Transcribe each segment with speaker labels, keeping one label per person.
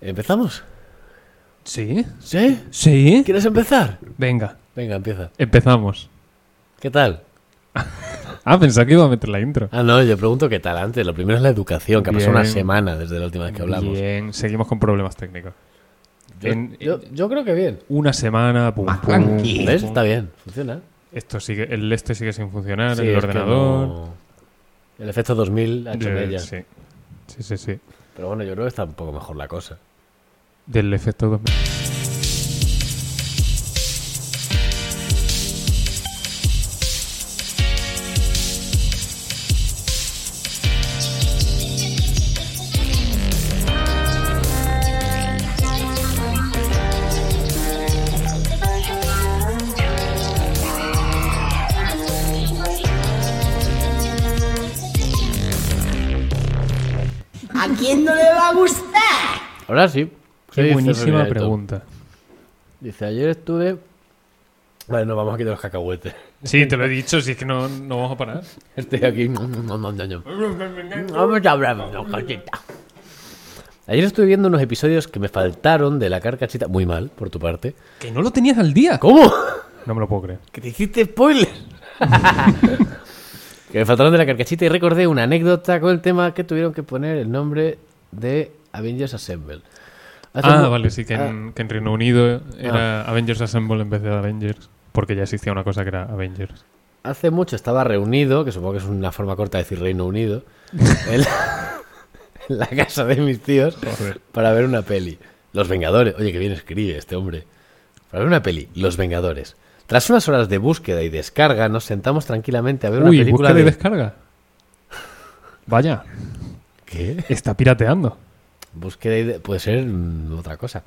Speaker 1: ¿Empezamos?
Speaker 2: ¿Sí?
Speaker 1: ¿Sí?
Speaker 2: ¿Sí?
Speaker 1: ¿Quieres empezar?
Speaker 2: Venga,
Speaker 1: Venga, empieza.
Speaker 2: empezamos.
Speaker 1: ¿Qué tal?
Speaker 2: Ah, pensaba que iba a meter la intro.
Speaker 1: Ah, no, yo pregunto qué tal antes. Lo primero es la educación, que ha pasado
Speaker 2: Bien.
Speaker 1: una semana desde la última vez que hablamos.
Speaker 2: Bien, seguimos con problemas técnicos.
Speaker 1: Yo,
Speaker 2: En-
Speaker 1: yo- yo creo que bien.
Speaker 2: Una semana, pum, pum, pum.
Speaker 1: ¿Ves? Está bien, funciona.
Speaker 2: Esto sigue, el este sigue sin funcionar,
Speaker 1: Sí,
Speaker 2: el
Speaker 1: es que
Speaker 2: ordenador.
Speaker 1: no- El efecto 2000 ha hecho
Speaker 2: Eh,
Speaker 1: mella.
Speaker 2: sí. sí, sí, sí.
Speaker 1: Pero bueno, yo creo que está un poco mejor la cosa.
Speaker 2: Del efecto 2000.
Speaker 3: ¿A quién no le va a gustar?
Speaker 1: Ahora sí. Sí,
Speaker 2: Qué
Speaker 1: dice
Speaker 2: buenísima
Speaker 1: Ferreira y todo.
Speaker 2: pregunta.
Speaker 1: Dice, ayer estuve... Vale, nos vamos a quitar los cacahuetes.
Speaker 2: Sí, te lo he dicho, si es que no, no vamos a parar.
Speaker 1: Estoy aquí. Vamos a hablar de una cosita. Ayer estuve viendo unos episodios que me faltaron de la carcachita. Muy mal, por tu parte.
Speaker 2: Que no lo tenías al día.
Speaker 1: ¿Cómo?
Speaker 2: No me lo puedo creer.
Speaker 1: Que te hiciste spoiler. que me faltaron de la carcachita y recordé una anécdota con el tema que tuvieron que poner el nombre de Avengers Assemble. Hace
Speaker 2: Ah,
Speaker 1: mu-
Speaker 2: vale, sí, que en, que en Reino Unido era Avengers Assemble en vez de Avengers. Porque ya existía una cosa que era Avengers.
Speaker 1: Hace mucho estaba reunido, que supongo que es una forma corta de decir Reino Unido, en la, en la casa de mis tíos
Speaker 2: Joder.
Speaker 1: para ver una peli. Los Vengadores. Oye, que bien escribe este hombre. Para ver una peli, Los Vengadores. Tras unas horas de búsqueda y descarga, nos sentamos tranquilamente a ver una
Speaker 2: Uy,
Speaker 1: película
Speaker 2: búsqueda y
Speaker 1: de...
Speaker 2: descarga. Vaya,
Speaker 1: ¿Qué?
Speaker 2: está pirateando.
Speaker 1: Búsqueda y de- puede ser mm, otra cosa.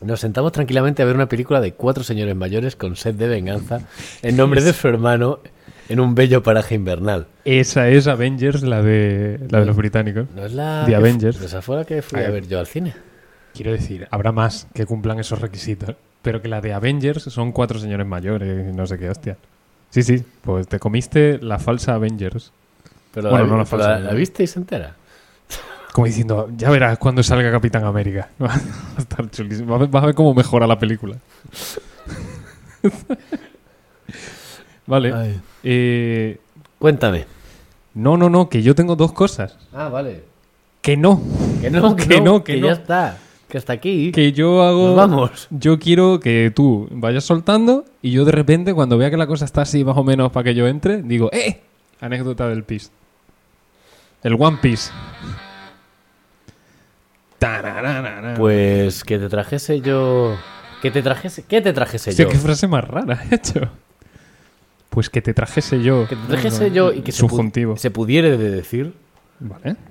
Speaker 1: Nos sentamos tranquilamente a ver una película de cuatro señores mayores con sed de venganza en nombre de su hermano en un bello paraje invernal.
Speaker 2: Esa es Avengers, la de, la de los británicos.
Speaker 1: ¿No es la
Speaker 2: The
Speaker 1: que-
Speaker 2: Avengers.
Speaker 1: Esa fue la que fui a
Speaker 2: Ahí.
Speaker 1: ver yo al cine.
Speaker 2: Quiero decir, habrá más que cumplan esos requisitos. Pero que la de Avengers son cuatro señores mayores, y no sé qué hostia. Sí, sí, pues te comiste la falsa Avengers.
Speaker 1: Pero,
Speaker 2: Bueno,
Speaker 1: la,
Speaker 2: no la
Speaker 1: pero
Speaker 2: falsa,
Speaker 1: la-
Speaker 2: ¿no?
Speaker 1: la visteis entera.
Speaker 2: Como diciendo, ya verás cuando salga Capitán América. Va a estar chulísimo. Vas a ver- Vas a ver cómo mejora la película. vale.
Speaker 1: Ay.
Speaker 2: Eh,
Speaker 1: Cuéntame.
Speaker 2: no, no, no, que yo tengo dos cosas.
Speaker 1: Ah, vale.
Speaker 2: Que no.
Speaker 1: Que no, que,
Speaker 2: Que
Speaker 1: no,
Speaker 2: no, que
Speaker 1: que
Speaker 2: no.
Speaker 1: ya está. Que hasta aquí.
Speaker 2: Que yo hago.
Speaker 1: Nos vamos.
Speaker 2: Yo quiero que tú vayas soltando y yo de repente, cuando vea que la cosa está así más o menos para que yo entre, digo, ¡eh! Anécdota del Piece. El One Piece. Tarararara.
Speaker 1: Pues que te trajese yo. Que te trajese. ¿Qué te trajese
Speaker 2: Hostia,
Speaker 1: yo?
Speaker 2: qué frase más rara he hecho. Pues que te trajese yo.
Speaker 1: Que te trajese yo y que se pu-
Speaker 2: Subjuntivo.
Speaker 1: se pudiera de decir.
Speaker 2: Vale.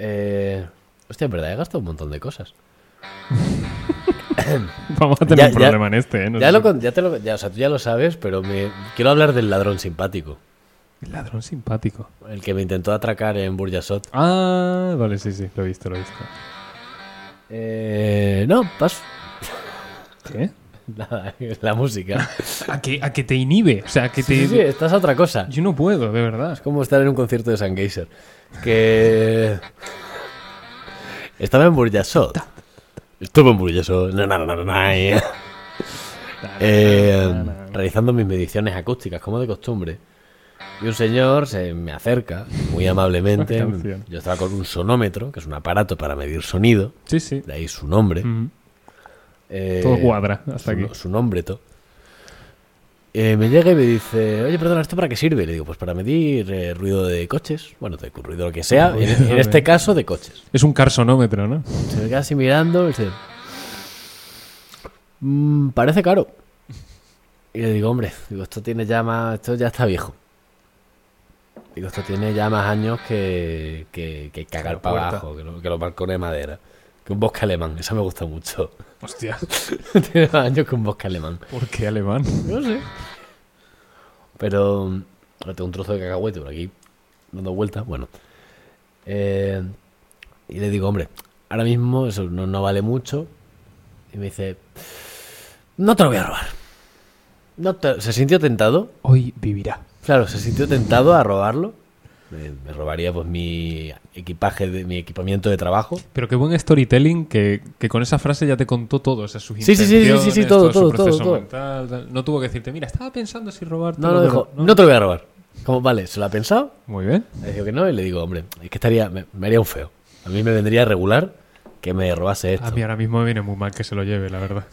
Speaker 1: Eh, hostia, en verdad he gastado un montón de cosas.
Speaker 2: Vamos a tener
Speaker 1: Ya-
Speaker 2: un
Speaker 1: ya-
Speaker 2: problema en este, ¿eh? No
Speaker 1: ya,
Speaker 2: sé
Speaker 1: lo,
Speaker 2: si-
Speaker 1: con- ya te lo, ya, o sea, tú ya lo sabes, pero me, quiero hablar del ladrón simpático.
Speaker 2: El ladrón simpático.
Speaker 1: El que me intentó atracar en Burjasot.
Speaker 2: Ah, vale, sí, sí, lo he visto, lo he visto.
Speaker 1: Eh, no, paso.
Speaker 2: ¿Qué?
Speaker 1: Nada, la música.
Speaker 2: A que, a que te inhibe. O sea, a que te.
Speaker 1: Sí, sí, sí, estás a otra cosa.
Speaker 2: Yo no puedo, de verdad.
Speaker 1: Es como estar en un concierto de San Geyser. Que. Estaba en Burjasot. Estuve en Burjasot. Na, na, na, na, na, eh. Eh, realizando mis mediciones acústicas, como de costumbre. Y un señor se me acerca muy amablemente.
Speaker 2: Buena canción.
Speaker 1: Yo estaba con un sonómetro, que es un aparato para medir sonido,
Speaker 2: Sí, sí.
Speaker 1: de ahí su nombre.
Speaker 2: Mm,
Speaker 1: Eh,
Speaker 2: Todo cuadra hasta aquí.
Speaker 1: su, su nombre, to. Eh, me llega y me dice, oye, perdona, ¿esto para qué sirve? Le digo, pues para medir eh, ruido de coches, bueno, de ruido lo que sea, en, en
Speaker 2: Ruido de-
Speaker 1: este caso de coches.
Speaker 2: Es un carsonómetro, ¿no?
Speaker 1: Se me queda así mirando y dice, "Mm, parece caro. Y le digo, hombre, digo, esto tiene ya más, esto ya está viejo. Digo, esto tiene ya más años que, que, que cagar
Speaker 2: La
Speaker 1: para
Speaker 2: puerta.
Speaker 1: abajo, que, lo- que los balcones de madera. Que un bosque alemán, esa me gusta mucho.
Speaker 2: Hostia.
Speaker 1: tiene más años que un bosque alemán.
Speaker 2: ¿Por qué alemán?
Speaker 1: No sé. Pero. mm, ahora tengo un trozo de cacahuete por aquí, dando vueltas. Bueno. Eh, y le digo, hombre, ahora mismo eso no, no vale mucho. Y me dice, no te lo voy a robar. No te- se sintió tentado.
Speaker 2: Hoy vivirá.
Speaker 1: Claro, se sintió tentado a robarlo. Me, me robaría pues mi equipaje, de, mi equipamiento de trabajo.
Speaker 2: Pero qué buen storytelling que, que con esa frase ya te contó todo. Esas sus
Speaker 1: Sí, sí, sí, sí, sí, sí,
Speaker 2: intenciones,
Speaker 1: todo,
Speaker 2: su
Speaker 1: todo,
Speaker 2: proceso
Speaker 1: todo, todo.
Speaker 2: mental, tal. No tuvo que decirte, mira, estaba pensando si robarte.
Speaker 1: No, no, dijo, no. te lo voy a robar. Como, vale, ¿se lo ha pensado?
Speaker 2: Muy bien.
Speaker 1: Le digo que no y le digo, hombre, es que estaría, me, me haría un feo. A mí me vendría regular que me robase esto.
Speaker 2: A mí ahora mismo me viene muy mal que se lo lleve, la verdad.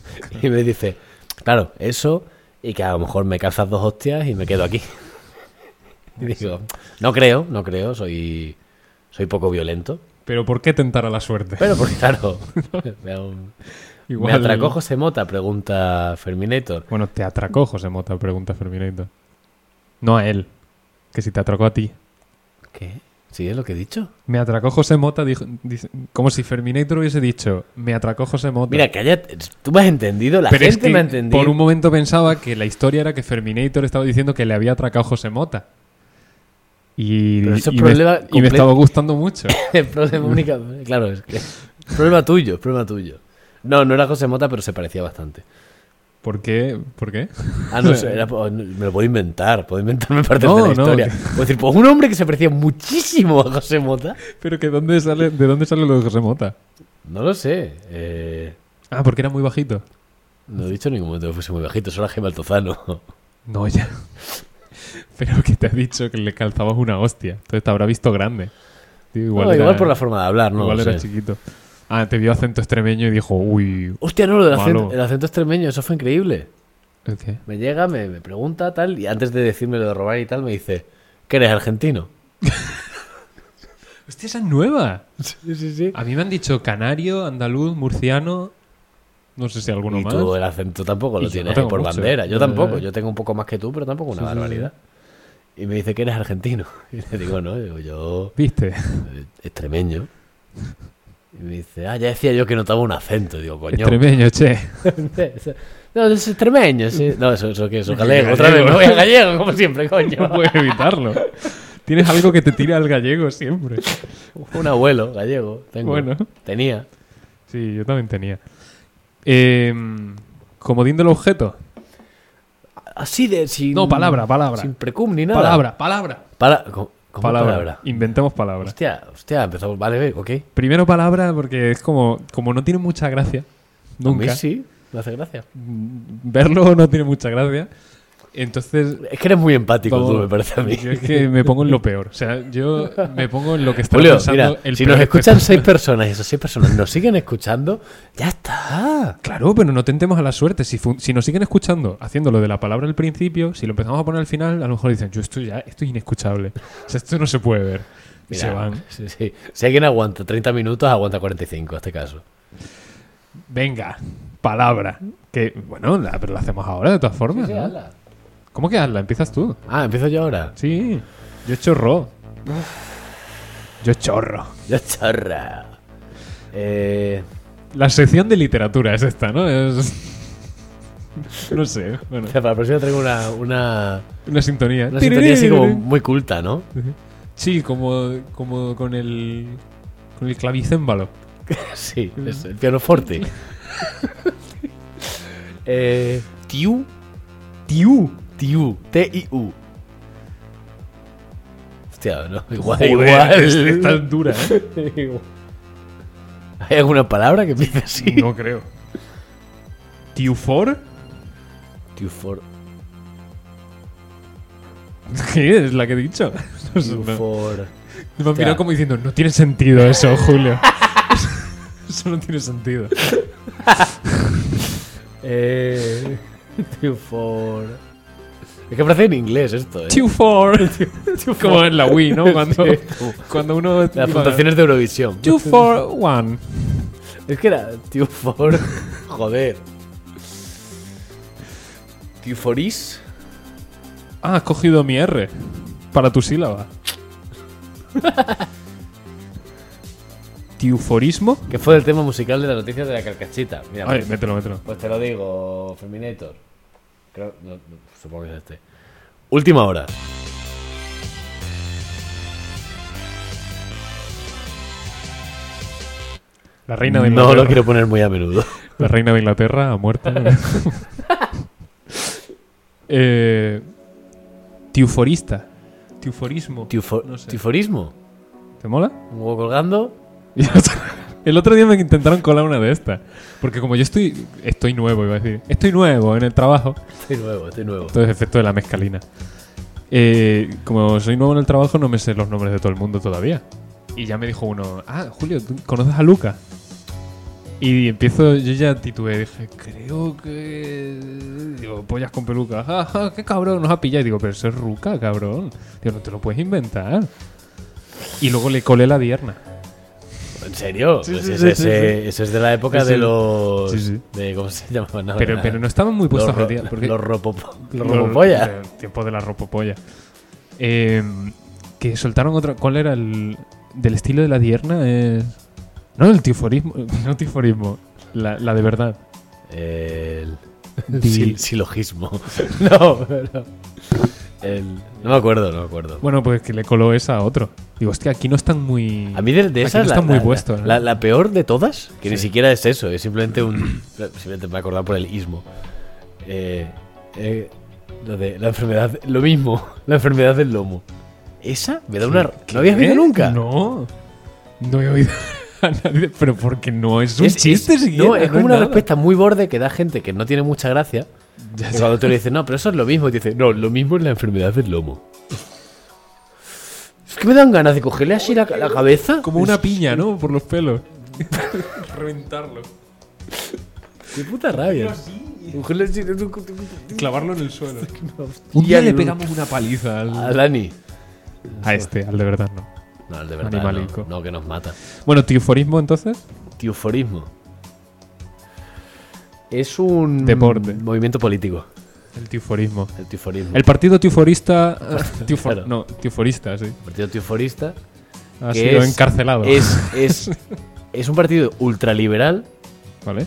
Speaker 1: Y me dice, claro, eso y que a lo mejor me calzas dos hostias y me quedo aquí. Y digo, no creo, no creo, soy, soy poco violento.
Speaker 2: Pero ¿por qué tentar a la suerte?
Speaker 1: Pero porque claro, me, da un- me atracó José Mota, pregunta Ferminator.
Speaker 2: Bueno, te atracó José Mota, pregunta Ferminator. No a él, que si te atracó a ti.
Speaker 1: ¿Qué? ¿Sí es lo que he dicho?
Speaker 2: Me atracó José Mota, dijo- dice- como si Ferminator hubiese dicho, me atracó José Mota.
Speaker 1: Mira, cállate, tú me has entendido, la
Speaker 2: Pero
Speaker 1: gente
Speaker 2: es que
Speaker 1: me ha entendido.
Speaker 2: por un momento pensaba que la historia era que Ferminator estaba diciendo que le había atracado José Mota. Y,
Speaker 1: Pero eso es
Speaker 2: y me,
Speaker 1: problema
Speaker 2: y me
Speaker 1: comple-
Speaker 2: estaba gustando mucho.
Speaker 1: El problema única- claro, es que problema tuyo, problema tuyo. No, no era José Mota, pero se parecía bastante.
Speaker 2: ¿Por qué? ¿Por qué?
Speaker 1: Ah, no, sé, era- me lo puedo inventar, puedo inventarme parte
Speaker 2: No,
Speaker 1: de la
Speaker 2: no,
Speaker 1: historia.
Speaker 2: que-
Speaker 1: Puedo decir, pues un hombre que se parecía muchísimo a José Mota.
Speaker 2: Pero que ¿dónde sale, ¿de dónde sale lo de José Mota?
Speaker 1: No lo sé. eh,
Speaker 2: Ah, porque era muy bajito.
Speaker 1: no he dicho en ningún momento que fuese muy bajito, solo era Gema Altozano.
Speaker 2: No, ya. Pero que te ha dicho que le calzabas una hostia. Entonces te habrá visto grande. Tío,
Speaker 1: Igual,
Speaker 2: era-
Speaker 1: igual por la forma de hablar, ¿no?
Speaker 2: igual
Speaker 1: lo
Speaker 2: era
Speaker 1: sé.
Speaker 2: chiquito. Ah, te vio acento extremeño y dijo, uy.
Speaker 1: Hostia, no, lo del acento,
Speaker 2: Malo.
Speaker 1: el acento extremeño, eso fue increíble.
Speaker 2: ¿qué?
Speaker 1: Me llega, me, me pregunta, tal, y antes de decirme lo de robar y tal, me dice, ¿que eres argentino?
Speaker 2: Hostia, esa es nueva.
Speaker 1: Sí, sí, sí.
Speaker 2: A mí me han dicho canario, andaluz, murciano. No sé si alguno
Speaker 1: Y
Speaker 2: más.
Speaker 1: tú el acento tampoco
Speaker 2: Y
Speaker 1: lo
Speaker 2: yo
Speaker 1: tienes
Speaker 2: no
Speaker 1: ahí
Speaker 2: tengo
Speaker 1: por
Speaker 2: mucho.
Speaker 1: bandera. Yo
Speaker 2: Ya,
Speaker 1: tampoco.
Speaker 2: ya.
Speaker 1: Yo tengo un poco más que tú, pero tampoco una
Speaker 2: Sí, sí, sí.
Speaker 1: barbaridad. Y me dice que eres argentino. Y le digo, no, digo, yo
Speaker 2: ¿Viste?
Speaker 1: eh, extremeño. Y me dice, ah, ya decía yo que notaba un acento. Y digo, coño.
Speaker 2: Extremeño, che.
Speaker 1: no, es extremeño. Sí. No, eso, eso que eso,
Speaker 2: Gallego.
Speaker 1: gallego. Otra vez, me voy a gallego, como siempre,
Speaker 2: No
Speaker 1: coño.
Speaker 2: puedes evitarlo. Tienes algo que te tira al gallego siempre.
Speaker 1: Un abuelo gallego. Tengo.
Speaker 2: Bueno.
Speaker 1: Tenía.
Speaker 2: Sí, yo también tenía. Eh, comodín del objeto.
Speaker 1: Así de. Sin,
Speaker 2: No, palabra, palabra.
Speaker 1: Sin precum ni nada.
Speaker 2: Palabra, palabra.
Speaker 1: Para, ¿cómo- cómo palabra.
Speaker 2: Inventemos palabras.
Speaker 1: Hostia, hostia, empezamos. Vale, ok.
Speaker 2: Primero palabra porque es como, como no tiene mucha gracia,
Speaker 1: A
Speaker 2: nunca.
Speaker 1: mí sí, me hace gracia.
Speaker 2: Mm, Verlo no tiene mucha gracia. Entonces,
Speaker 1: Es que eres muy empático
Speaker 2: vamos,
Speaker 1: tú, me parece a mí.
Speaker 2: yo es que me pongo en lo peor. O sea, yo me pongo en lo que está
Speaker 1: Julio,
Speaker 2: pensando
Speaker 1: mira,
Speaker 2: el
Speaker 1: si
Speaker 2: peor
Speaker 1: nos escuchan
Speaker 2: espectador.
Speaker 1: seis personas y esas seis personas nos siguen escuchando, ya está.
Speaker 2: Claro, pero no tentemos a la suerte. Si, fun- si nos siguen escuchando, haciendo lo de la palabra al principio, si lo empezamos a poner al final, a lo mejor dicen, yo esto ya, esto es inescuchable. O sea, esto no se puede ver. Y
Speaker 1: Mira,
Speaker 2: se van.
Speaker 1: sí, sí. Si alguien aguanta 30 minutos, aguanta 45 en este caso.
Speaker 2: Venga, palabra. Que, bueno, la- pero la hacemos ahora de todas formas. ¿no? ¿Cómo que hazla? Empiezas tú.
Speaker 1: Ah, empiezo yo ahora.
Speaker 2: Sí, yo chorro. Yo chorro.
Speaker 1: Ya chorra. Eh,
Speaker 2: La sección de literatura es esta, ¿no? Es... No sé, bueno,
Speaker 1: para la próxima traigo una, una,
Speaker 2: una sintonía.
Speaker 1: una sintonía así como muy culta, ¿no?
Speaker 2: Sí, como, como con el con el clavicémbalo.
Speaker 1: Sí, es el pianoforte. eh, tiu,
Speaker 2: Tiu.
Speaker 1: Tiu, T-I-U. Hostia, no, igual,
Speaker 2: Pues Joder,
Speaker 1: igual.
Speaker 2: es, es tan dura, ¿eh?
Speaker 1: ¿Hay alguna palabra que empiece así?
Speaker 2: No creo. ¿Tiufor?
Speaker 1: Tiufor,
Speaker 2: ¿Qué es la que he dicho? No sé, no.
Speaker 1: Tiufor.
Speaker 2: Me han mirado
Speaker 1: Hostia.
Speaker 2: como diciendo, no tiene sentido eso, Julio. eso no tiene sentido.
Speaker 1: Eh, Tiufor. Es que parece en inglés esto, eh.
Speaker 2: Tiufor. Como en la Wii, ¿no? Cuando,
Speaker 1: Sí.
Speaker 2: cuando uno...
Speaker 1: Las puntuaciones de Eurovisión.
Speaker 2: Two for one.
Speaker 1: Es que era Tiufor. Joder. Tiuforis.
Speaker 2: Ah, has cogido mi R para tu sílaba. ¿Tiuforismo?
Speaker 1: Que fue el tema musical de la noticia de la carcachita. Mira,
Speaker 2: Ay, mételo, mételo.
Speaker 1: Pues te lo digo, Ferminator. Creo- no, no, supongo que es este. Última hora.
Speaker 2: La reina de
Speaker 1: no
Speaker 2: Inglaterra.
Speaker 1: lo quiero poner muy a menudo.
Speaker 2: La reina de Inglaterra ha muerto. eh, tiuforista. Tiuforismo.
Speaker 1: Tiufo-
Speaker 2: No sé.
Speaker 1: Tiuforismo.
Speaker 2: ¿Te mola?
Speaker 1: Un huevo colgando.
Speaker 2: Y ya está. El otro día me intentaron colar una de estas. Porque como yo estoy. Estoy nuevo, iba a decir. Estoy nuevo en el trabajo.
Speaker 1: Estoy nuevo, estoy nuevo.
Speaker 2: Esto es efecto de la mezcalina. Eh, como soy nuevo en el trabajo, no me sé los nombres de todo el mundo todavía. Y ya me dijo uno, ah, Julio, ¿tú conoces a Luca? Y empiezo, yo ya titubeé, dije, creo que. Digo, pollas con peluca. Ja, ja, qué cabrón, nos ha pillado. Y digo, pero eso es Ruca, cabrón. Digo, no te lo puedes inventar. Y luego le colé la dierna.
Speaker 1: ¿En serio?
Speaker 2: Sí,
Speaker 1: Pues
Speaker 2: sí,
Speaker 1: es
Speaker 2: sí,
Speaker 1: ese-
Speaker 2: sí,
Speaker 1: Eso es de la época
Speaker 2: Sí, sí.
Speaker 1: de los.
Speaker 2: Sí, sí.
Speaker 1: De, ¿Cómo se llamaban? No,
Speaker 2: pero,
Speaker 1: nada.
Speaker 2: pero no estaban muy puestos
Speaker 1: los,
Speaker 2: al
Speaker 1: ro-
Speaker 2: día. porque-
Speaker 1: los ropopo- los
Speaker 2: Lo-
Speaker 1: ropopolla.
Speaker 2: del Tiempo de la ropopolla. Eh, que soltaron otra. ¿Cuál era el. del estilo de la dierna? Eh, no, el tiforismo. No tiforismo. La, la de verdad.
Speaker 1: El.
Speaker 2: Di-
Speaker 1: sil- silogismo. no, pero. el- no me acuerdo, no me acuerdo.
Speaker 2: Bueno, pues que le coló esa a otro. Digo, hostia, aquí no están muy.
Speaker 1: A mí de, de
Speaker 2: aquí
Speaker 1: esas.
Speaker 2: no
Speaker 1: la-
Speaker 2: están muy
Speaker 1: la,
Speaker 2: puestos. ¿eh?
Speaker 1: la-
Speaker 2: ¿no?
Speaker 1: la- la peor de todas, que ni
Speaker 2: Sí.
Speaker 1: siquiera es eso, es simplemente un. simplemente me he acordado por el ismo. Eh, eh, lo de la enfermedad. Lo mismo, la enfermedad del lomo. Esa me da una.
Speaker 2: ¿Qué?
Speaker 1: ¿No habías visto nunca?
Speaker 2: No. No he oído a nadie. Pero porque no es un
Speaker 1: Es-
Speaker 2: chiste
Speaker 1: es-
Speaker 2: siquiera,
Speaker 1: No, es como una
Speaker 2: nada.
Speaker 1: respuesta muy borde que da gente que no tiene mucha gracia. Y Cuando tú le dices, no, pero eso es lo mismo, y te dice, no, lo mismo es la enfermedad del lomo. Es que me dan ganas de cogerle así la, la cabeza.
Speaker 2: Como una piña, ¿no? Por los pelos. Reventarlo.
Speaker 1: Qué puta rabia. Cogerle así,
Speaker 2: Clavarlo en el suelo.
Speaker 1: Un día le
Speaker 2: pegamos una paliza
Speaker 1: A Dani.
Speaker 2: A este, al de verdad no.
Speaker 1: No, de verdad.
Speaker 2: Animalico.
Speaker 1: No, no, que nos mata.
Speaker 2: Bueno, tiuforismo entonces.
Speaker 1: Tiuforismo. Es un
Speaker 2: Deporte.
Speaker 1: movimiento político,
Speaker 2: El tiuforismo.
Speaker 1: el tiuforismo.
Speaker 2: El partido tiuforista. tiufor-
Speaker 1: Claro.
Speaker 2: No, tiuforista, sí.
Speaker 1: partido tiuforista
Speaker 2: Ha
Speaker 1: que
Speaker 2: sido
Speaker 1: es-
Speaker 2: encarcelado.
Speaker 1: es, es, es un partido ultraliberal
Speaker 2: ¿Vale?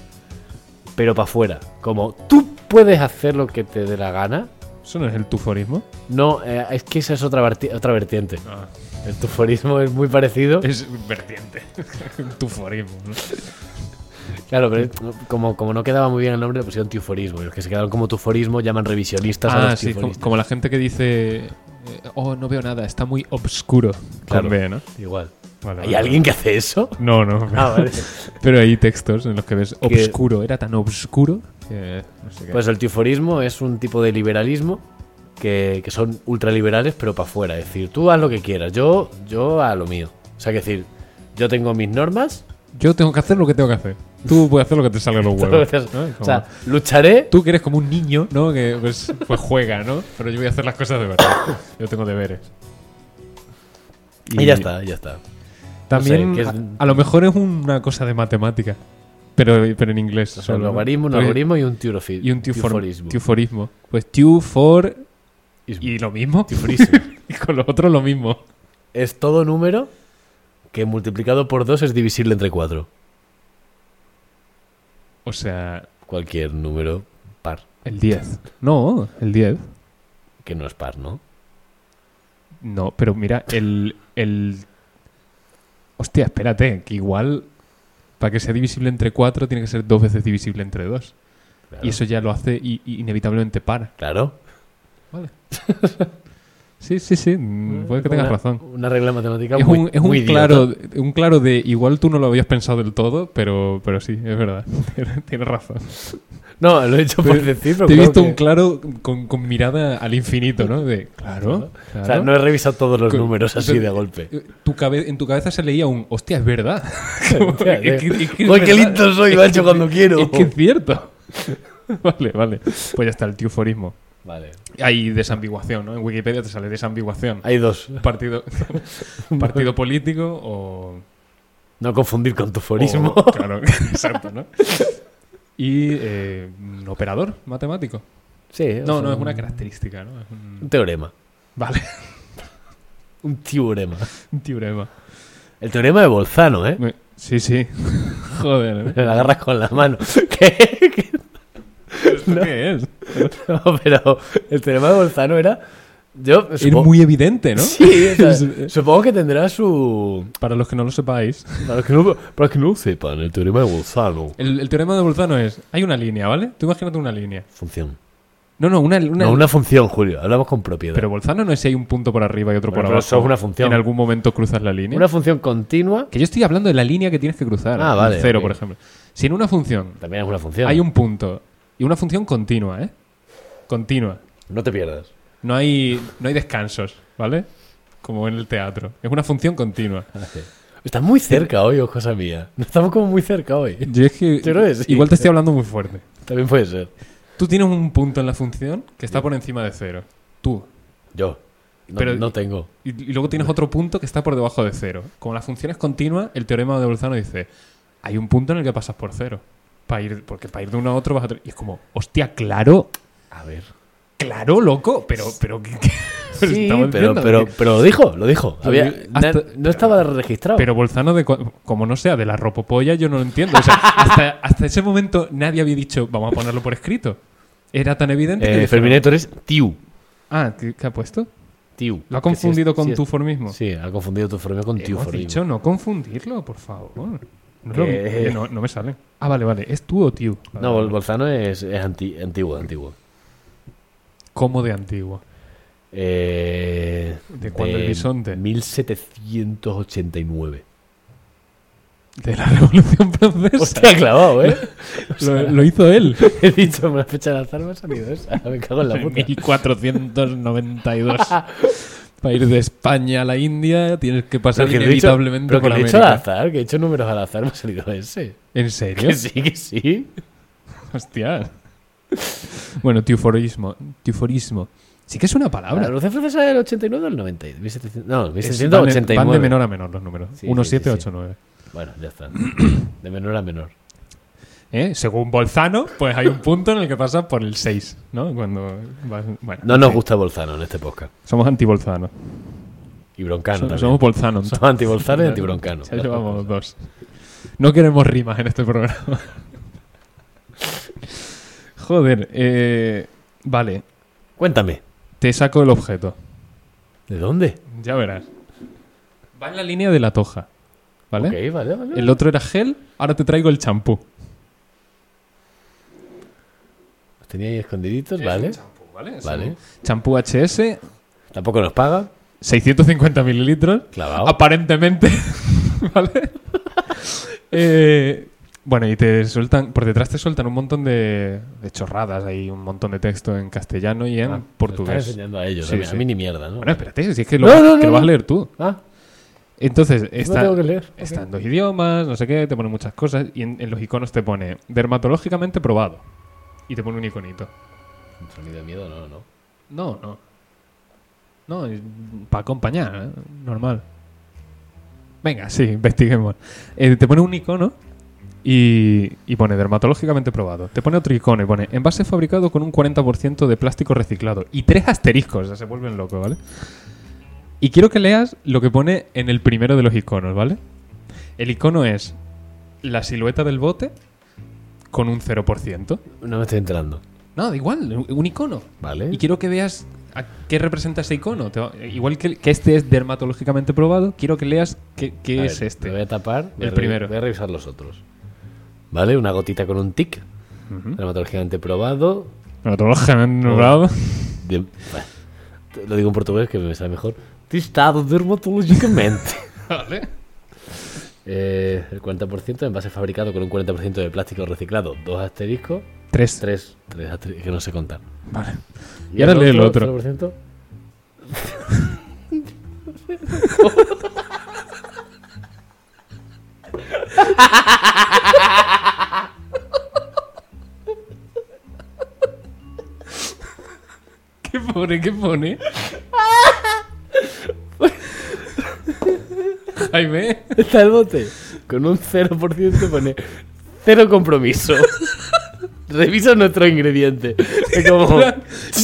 Speaker 1: pero para afuera. Como tú puedes hacer lo que te dé la gana.
Speaker 2: Eso no es el tuforismo.
Speaker 1: No, eh, es que esa es otra, verti- otra vertiente.
Speaker 2: Ah.
Speaker 1: El tuforismo es muy parecido.
Speaker 2: Es vertiente. Un tuforismo. ¿no?
Speaker 1: Claro, pero es- como, como no quedaba muy bien el nombre, le pusieron tuforismo. Y los que se quedaron como tuforismo llaman revisionistas a
Speaker 2: Ah,
Speaker 1: los
Speaker 2: sí, como,
Speaker 1: tuforistas.
Speaker 2: como la gente que dice. eh, Oh, no veo nada, está muy obscuro.
Speaker 1: Claro.
Speaker 2: Con B, ¿no?
Speaker 1: Igual.
Speaker 2: Vale,
Speaker 1: ¿Hay
Speaker 2: vale.
Speaker 1: alguien que hace eso?
Speaker 2: No, no.
Speaker 1: Ah, vale.
Speaker 2: Pero hay textos en los que ves obscuro. Era tan obscuro que. No sé qué.
Speaker 1: Pues el tuforismo es un tipo de liberalismo que, que son ultraliberales, pero para afuera. Es decir, tú haz lo que quieras, yo, yo a lo mío. O sea, que decir, yo tengo mis normas,
Speaker 2: Yo tengo que hacer lo que tengo que hacer. Tú puedes hacer lo que te salga de los huevos. ¿no?
Speaker 1: o
Speaker 2: Como-
Speaker 1: sea, lucharé
Speaker 2: tú que eres como un niño, ¿no? Que pues, pues juega, ¿no? Pero yo voy a hacer las cosas de verdad. Yo tengo deberes.
Speaker 1: y, ya está, y ya está.
Speaker 2: También,
Speaker 1: No sé, que es-
Speaker 2: a- a, lo mejor es una cosa de matemática, pero, pero en inglés.
Speaker 1: O sea,
Speaker 2: solo,
Speaker 1: un
Speaker 2: ¿no?
Speaker 1: logaritmo, un
Speaker 2: Porque-
Speaker 1: algoritmo pues, y un tiurofi-
Speaker 2: Y un tiufor-
Speaker 1: tiuforismo.
Speaker 2: tiuforismo. Pues tu for
Speaker 1: Ismo.
Speaker 2: y lo mismo.
Speaker 1: Tiuforismo.
Speaker 2: y con lo otro lo mismo.
Speaker 1: Es todo número que multiplicado por 2 es divisible entre 4.
Speaker 2: O sea,
Speaker 1: Cualquier número par,
Speaker 2: el 10. No, el 10.
Speaker 1: que no es par, ¿no?
Speaker 2: No, pero mira, el, el... Hostia, espérate, que igual para que sea divisible entre 4 tiene que ser dos veces divisible entre 2.
Speaker 1: Claro.
Speaker 2: Y eso ya lo hace i- i- inevitablemente para.
Speaker 1: Claro.
Speaker 2: Vale. sí, sí, sí, mm, puede que tengas
Speaker 1: Una-
Speaker 2: razón.
Speaker 1: Una regla matemática
Speaker 2: Es
Speaker 1: muy,
Speaker 2: un, es un
Speaker 1: muy idiota.
Speaker 2: claro, un claro de igual tú no lo habías pensado del todo, pero, pero sí, es verdad. Tienes razón.
Speaker 1: No, lo he hecho por decir, pero
Speaker 2: Te he
Speaker 1: creo
Speaker 2: visto
Speaker 1: que-
Speaker 2: un claro con, con mirada al infinito, ¿no? De claro.
Speaker 1: O sea,
Speaker 2: claro.
Speaker 1: no he revisado todos los
Speaker 2: Con-
Speaker 1: números así de
Speaker 2: entonces,
Speaker 1: golpe.
Speaker 2: Eh, tu cabe- en tu cabeza se leía un hostia, es verdad.
Speaker 1: Hostia, eh,
Speaker 2: Es que- es que es
Speaker 1: Joder, qué
Speaker 2: verdad.
Speaker 1: lindo soy,
Speaker 2: Es
Speaker 1: macho,
Speaker 2: que-
Speaker 1: cuando quiero.
Speaker 2: Es que es cierto. vale, vale. Pues ya está, el tiuforismo.
Speaker 1: Vale.
Speaker 2: Hay desambiguación, ¿no? En Wikipedia te sale desambiguación.
Speaker 1: Hay dos.
Speaker 2: Partido, partido político o.
Speaker 1: No confundir con tuforismo.
Speaker 2: o- claro, exacto, ¿no? Y eh, un operador matemático.
Speaker 1: sí, o
Speaker 2: No,
Speaker 1: sea,
Speaker 2: no, es
Speaker 1: un-
Speaker 2: una característica, ¿no? Es un-
Speaker 1: Un teorema.
Speaker 2: Vale,
Speaker 1: Un teorema.
Speaker 2: un teorema.
Speaker 1: El teorema de Bolzano, ¿eh?
Speaker 2: Me- Sí, sí. Joder, ¿eh?
Speaker 1: La agarras con la mano. ¿Qué? ¿Qué?
Speaker 2: ¿Esto qué es?
Speaker 1: No, pero el teorema de Bolzano era. Yo
Speaker 2: Es muy evidente, ¿no? eh.
Speaker 1: Sí, o sea, supongo que tendrá su.
Speaker 2: Para los que no lo sepáis,
Speaker 1: Para los que no, para los que no lo sepan, el teorema de Bolzano.
Speaker 2: el, el teorema de Bolzano es, hay una línea, ¿vale? Tú imagínate una línea.
Speaker 1: Función.
Speaker 2: No, no, una. una-
Speaker 1: No, una función, Julio. Hablamos con propiedad.
Speaker 2: Pero Bolzano no es si hay un punto por arriba y otro
Speaker 1: Bueno,
Speaker 2: por
Speaker 1: pero
Speaker 2: abajo.
Speaker 1: eso es una función.
Speaker 2: En algún momento cruzas la línea.
Speaker 1: Una función continua
Speaker 2: Que yo estoy hablando de la línea que tienes que cruzar.
Speaker 1: Ah,
Speaker 2: un
Speaker 1: vale,
Speaker 2: Cero,
Speaker 1: ok.
Speaker 2: por ejemplo. Si en una función
Speaker 1: también es una función.
Speaker 2: hay un punto y una función continua, ¿eh? Continua.
Speaker 1: No te pierdas.
Speaker 2: No hay, no hay descansos, ¿vale? Como en el teatro. Es una función continua.
Speaker 1: Estás muy cerca hoy, oh, cosa mía. Estamos como muy cerca hoy.
Speaker 2: Yo es que,
Speaker 1: Yo creo que sí.
Speaker 2: Igual te estoy hablando muy fuerte.
Speaker 1: También puede ser.
Speaker 2: Tú tienes un punto en la función que está por encima de cero. Tú.
Speaker 1: Yo. No,
Speaker 2: Pero-
Speaker 1: no tengo.
Speaker 2: Y, y luego tienes otro punto que está por debajo de cero. Como la función es continua, el teorema de Bolzano dice, hay un punto en el que pasas por cero. Pa ir, porque para ir de uno a otro vas a... tre- Y es como, hostia, claro,
Speaker 1: A ver.
Speaker 2: claro, loco, pero... pero ¿qué- qué- pero
Speaker 1: Sí,
Speaker 2: estamos
Speaker 1: pero,
Speaker 2: diciendo
Speaker 1: pero,
Speaker 2: que-
Speaker 1: pero lo dijo, lo dijo.
Speaker 2: Lo
Speaker 1: Había-
Speaker 2: di-
Speaker 1: na-
Speaker 2: hasta-
Speaker 1: no estaba registrado. Eh,
Speaker 2: Pero Bolzano, de, cu- como no sea de la ropopolla, yo no lo entiendo. O sea, hasta, hasta ese momento nadie había dicho, vamos a ponerlo por escrito. Era tan evidente... que
Speaker 1: eh,
Speaker 2: dijeron,
Speaker 1: Ferminator es Tiu.
Speaker 2: ah, ¿qué, qué ha puesto?
Speaker 1: Tiu.
Speaker 2: Lo ha
Speaker 1: Que sí es-
Speaker 2: confundido con
Speaker 1: sí es-
Speaker 2: tu formismo.
Speaker 1: Sí, ha confundido tu formio con Tiu
Speaker 2: Hemos
Speaker 1: formio.
Speaker 2: dicho no confundirlo, por favor. No, es lo
Speaker 1: Que-
Speaker 2: mismo. Oye, no, no me sale. Ah, vale, vale. ¿Es tú o tío? Ah,
Speaker 1: No, Bol- Bolzano es, es anti- antiguo, antiguo.
Speaker 2: ¿Cómo de antiguo?
Speaker 1: Eh,
Speaker 2: ¿De cuándo el bisonte?
Speaker 1: 1789.
Speaker 2: De la Revolución Francesa.
Speaker 1: Hostia, clavado, ¿eh?
Speaker 2: lo, lo hizo él.
Speaker 1: He dicho una fecha de azar, me ha salido esa. Me cago en la
Speaker 2: En
Speaker 1: puta.
Speaker 2: 1492. Para ir de España a la India tienes que pasar
Speaker 1: Pero que lo he dicho-
Speaker 2: inevitablemente
Speaker 1: pero que
Speaker 2: por
Speaker 1: lo he dicho al
Speaker 2: América.
Speaker 1: azar, que he hecho números al azar, me ha salido ese.
Speaker 2: ¿En serio?
Speaker 1: Que sí, que sí.
Speaker 2: Hostia. Bueno, tiuforismo. Tiuforismo. Sí que es una
Speaker 1: La
Speaker 2: palabra.
Speaker 1: Revolución Francesa del 89 o del 90. 1700 No,
Speaker 2: Es- van de-
Speaker 1: 1789.
Speaker 2: Van de menor a menor los números.
Speaker 1: Sí, sí,
Speaker 2: 1, 7,
Speaker 1: sí,
Speaker 2: 8, 9.
Speaker 1: Bueno, ya está. De menor a menor.
Speaker 2: ¿eh? Según Bolzano, pues hay un punto en el que pasa por el 6, ¿no? Cuando vas- bueno,
Speaker 1: No nos
Speaker 2: sí.
Speaker 1: gusta Bolzano en este podcast.
Speaker 2: Somos anti-Bolzano.
Speaker 1: Y Broncano
Speaker 2: Somos,
Speaker 1: también.
Speaker 2: somos Bolzano.
Speaker 1: Somos anti-Bolzano y anti-Broncano.
Speaker 2: Ya llevamos dos. No queremos rimas en este programa. Joder, eh, vale,
Speaker 1: Cuéntame.
Speaker 2: te saco el objeto.
Speaker 1: ¿De dónde?
Speaker 2: Ya verás. Va en la línea de la toja, ¿vale?
Speaker 1: Ok, vale, vale.
Speaker 2: El otro era gel, ahora te traigo el champú.
Speaker 1: Los tenía ahí escondiditos, vale.
Speaker 2: Champú, ¿vale?
Speaker 1: Vale.
Speaker 2: Un Champú HS,
Speaker 1: Tampoco nos paga.
Speaker 2: 650 mililitros.
Speaker 1: Clavado.
Speaker 2: Ah, pues, Aparentemente. ¿Vale? Eh, bueno, y te sueltan. Por detrás te sueltan un montón de, de chorradas. Hay un montón de texto en castellano y en
Speaker 1: Ah, Están
Speaker 2: portugués.
Speaker 1: enseñando a ellos.
Speaker 2: Sí,
Speaker 1: a, mí, a
Speaker 2: sí.
Speaker 1: mí ni mierda, ¿no?
Speaker 2: Bueno, espérate, si es que lo,
Speaker 1: No, no, no,
Speaker 2: que lo vas a
Speaker 1: no.
Speaker 2: leer tú.
Speaker 1: Ah,
Speaker 2: Entonces,
Speaker 1: no
Speaker 2: está,
Speaker 1: tengo que leer. Ok.
Speaker 2: está en dos idiomas, no sé qué, te pone muchas cosas. Y en, en los iconos te pone dermatológicamente probado. Y te pone un iconito.
Speaker 1: Un Sonido de miedo, no, no.
Speaker 2: No, no. No, para acompañar, ¿eh? normal. Venga, sí, investiguemos. Eh, te pone un icono y, y pone dermatológicamente probado. Te pone otro icono y pone envase fabricado con un 40% de plástico reciclado. Y tres asteriscos, o sea, se vuelven locos, ¿vale? Y quiero que leas lo que pone en el primero de los iconos, ¿vale? El icono es la silueta del bote con un 0%.
Speaker 1: No me estoy enterando.
Speaker 2: No, da igual, un icono.
Speaker 1: Vale.
Speaker 2: Y quiero que veas a qué representa ese icono. Te va- Igual que, que este es dermatológicamente probado, quiero que leas qué, qué
Speaker 1: A
Speaker 2: es
Speaker 1: ver,
Speaker 2: este.
Speaker 1: Lo voy a tapar. voy
Speaker 2: El
Speaker 1: a revi-
Speaker 2: primero.
Speaker 1: Voy a revisar los otros. ¿Vale? Una gotita con un tic. ¿Mm? Dermatológicamente probado.
Speaker 2: Dermatológicamente
Speaker 1: Oh.
Speaker 2: probado.
Speaker 1: de- Bueno, te- lo digo en portugués que me sale mejor. Testado dermatológicamente.
Speaker 2: Vale.
Speaker 1: Eh, el 40% de envase fabricado con un 40% de plástico reciclado. Dos asteriscos.
Speaker 2: Tres.
Speaker 1: Tres. Tres asteriscos. Que no sé contar.
Speaker 2: Vale. Y ahora lee el otro.
Speaker 1: 0%.
Speaker 2: ¿Qué pone? ¿Qué pone? Jaime.
Speaker 1: Está el bote. Con un 0% pone cero compromiso. Revisa nuestro ingrediente. Es como.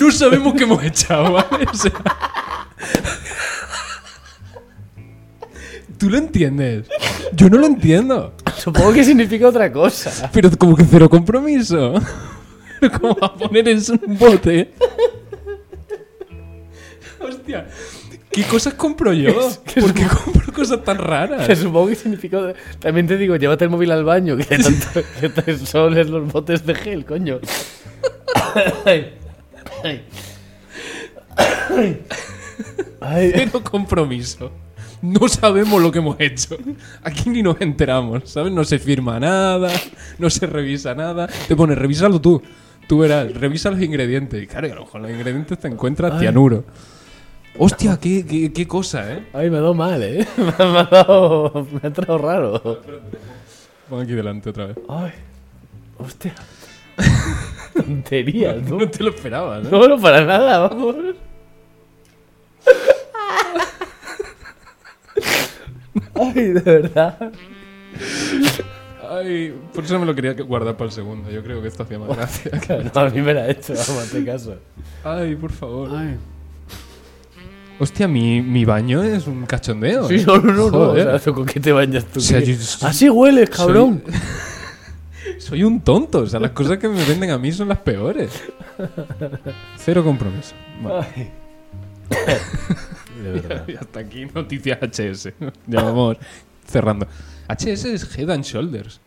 Speaker 2: No sabemos qué hemos echado, ¿vale? O sea- Tú lo entiendes. Yo no lo entiendo.
Speaker 1: Supongo que significa otra cosa.
Speaker 2: Pero como que cero compromiso. Pero ¿Cómo va a poner en un bote? Hostia, ¿qué cosas compro yo? ¿Por qué compro cosas tan
Speaker 1: Que
Speaker 2: raras?
Speaker 1: supongo que significa. También te digo, llévate el móvil al baño, que de tanto que te soles los botes de gel, coño. Ay,
Speaker 2: Pero compromiso. No sabemos lo que hemos hecho. Aquí ni nos enteramos, ¿sabes? No se firma nada, no se revisa nada. Te pones, revísalo tú. Tú verás, revisa los ingredientes. Y claro, y a lo mejor en los ingredientes te encuentras cianuro. Hostia, qué, qué- qué cosa, ¿eh?
Speaker 1: ay, me ha dado mal, ¿eh? Me ha, me ha dado, me ha entrado raro.
Speaker 2: Pon aquí delante otra vez.
Speaker 1: Ay, hostia. Tonterías, ¿no?
Speaker 2: No te lo esperabas, ¿no?
Speaker 1: No, no, para nada, vamos. Ay, de verdad.
Speaker 2: Ay, por eso me lo quería guardar para el segundo. Yo creo que esto hacía más gracia.
Speaker 1: No, a mí me la ha hecho, vamos, hazte caso.
Speaker 2: Ay, por favor. Hostia, mi, mi baño es un cachondeo.
Speaker 1: Sí,
Speaker 2: ¿eh?
Speaker 1: no, no, no, no. O
Speaker 2: Joder.
Speaker 1: sea, ¿tú ¿con qué te bañas tú?
Speaker 2: O sea,
Speaker 1: ¿Qué?
Speaker 2: yo- yo-
Speaker 1: Así hueles, cabrón.
Speaker 2: Soy un tonto, o sea, las cosas que me venden a mí son las peores. Cero compromiso. Vale.
Speaker 1: Ay. De verdad.
Speaker 2: Y hasta aquí noticias HS. Ya vamos cerrando. HS es Head and Shoulders.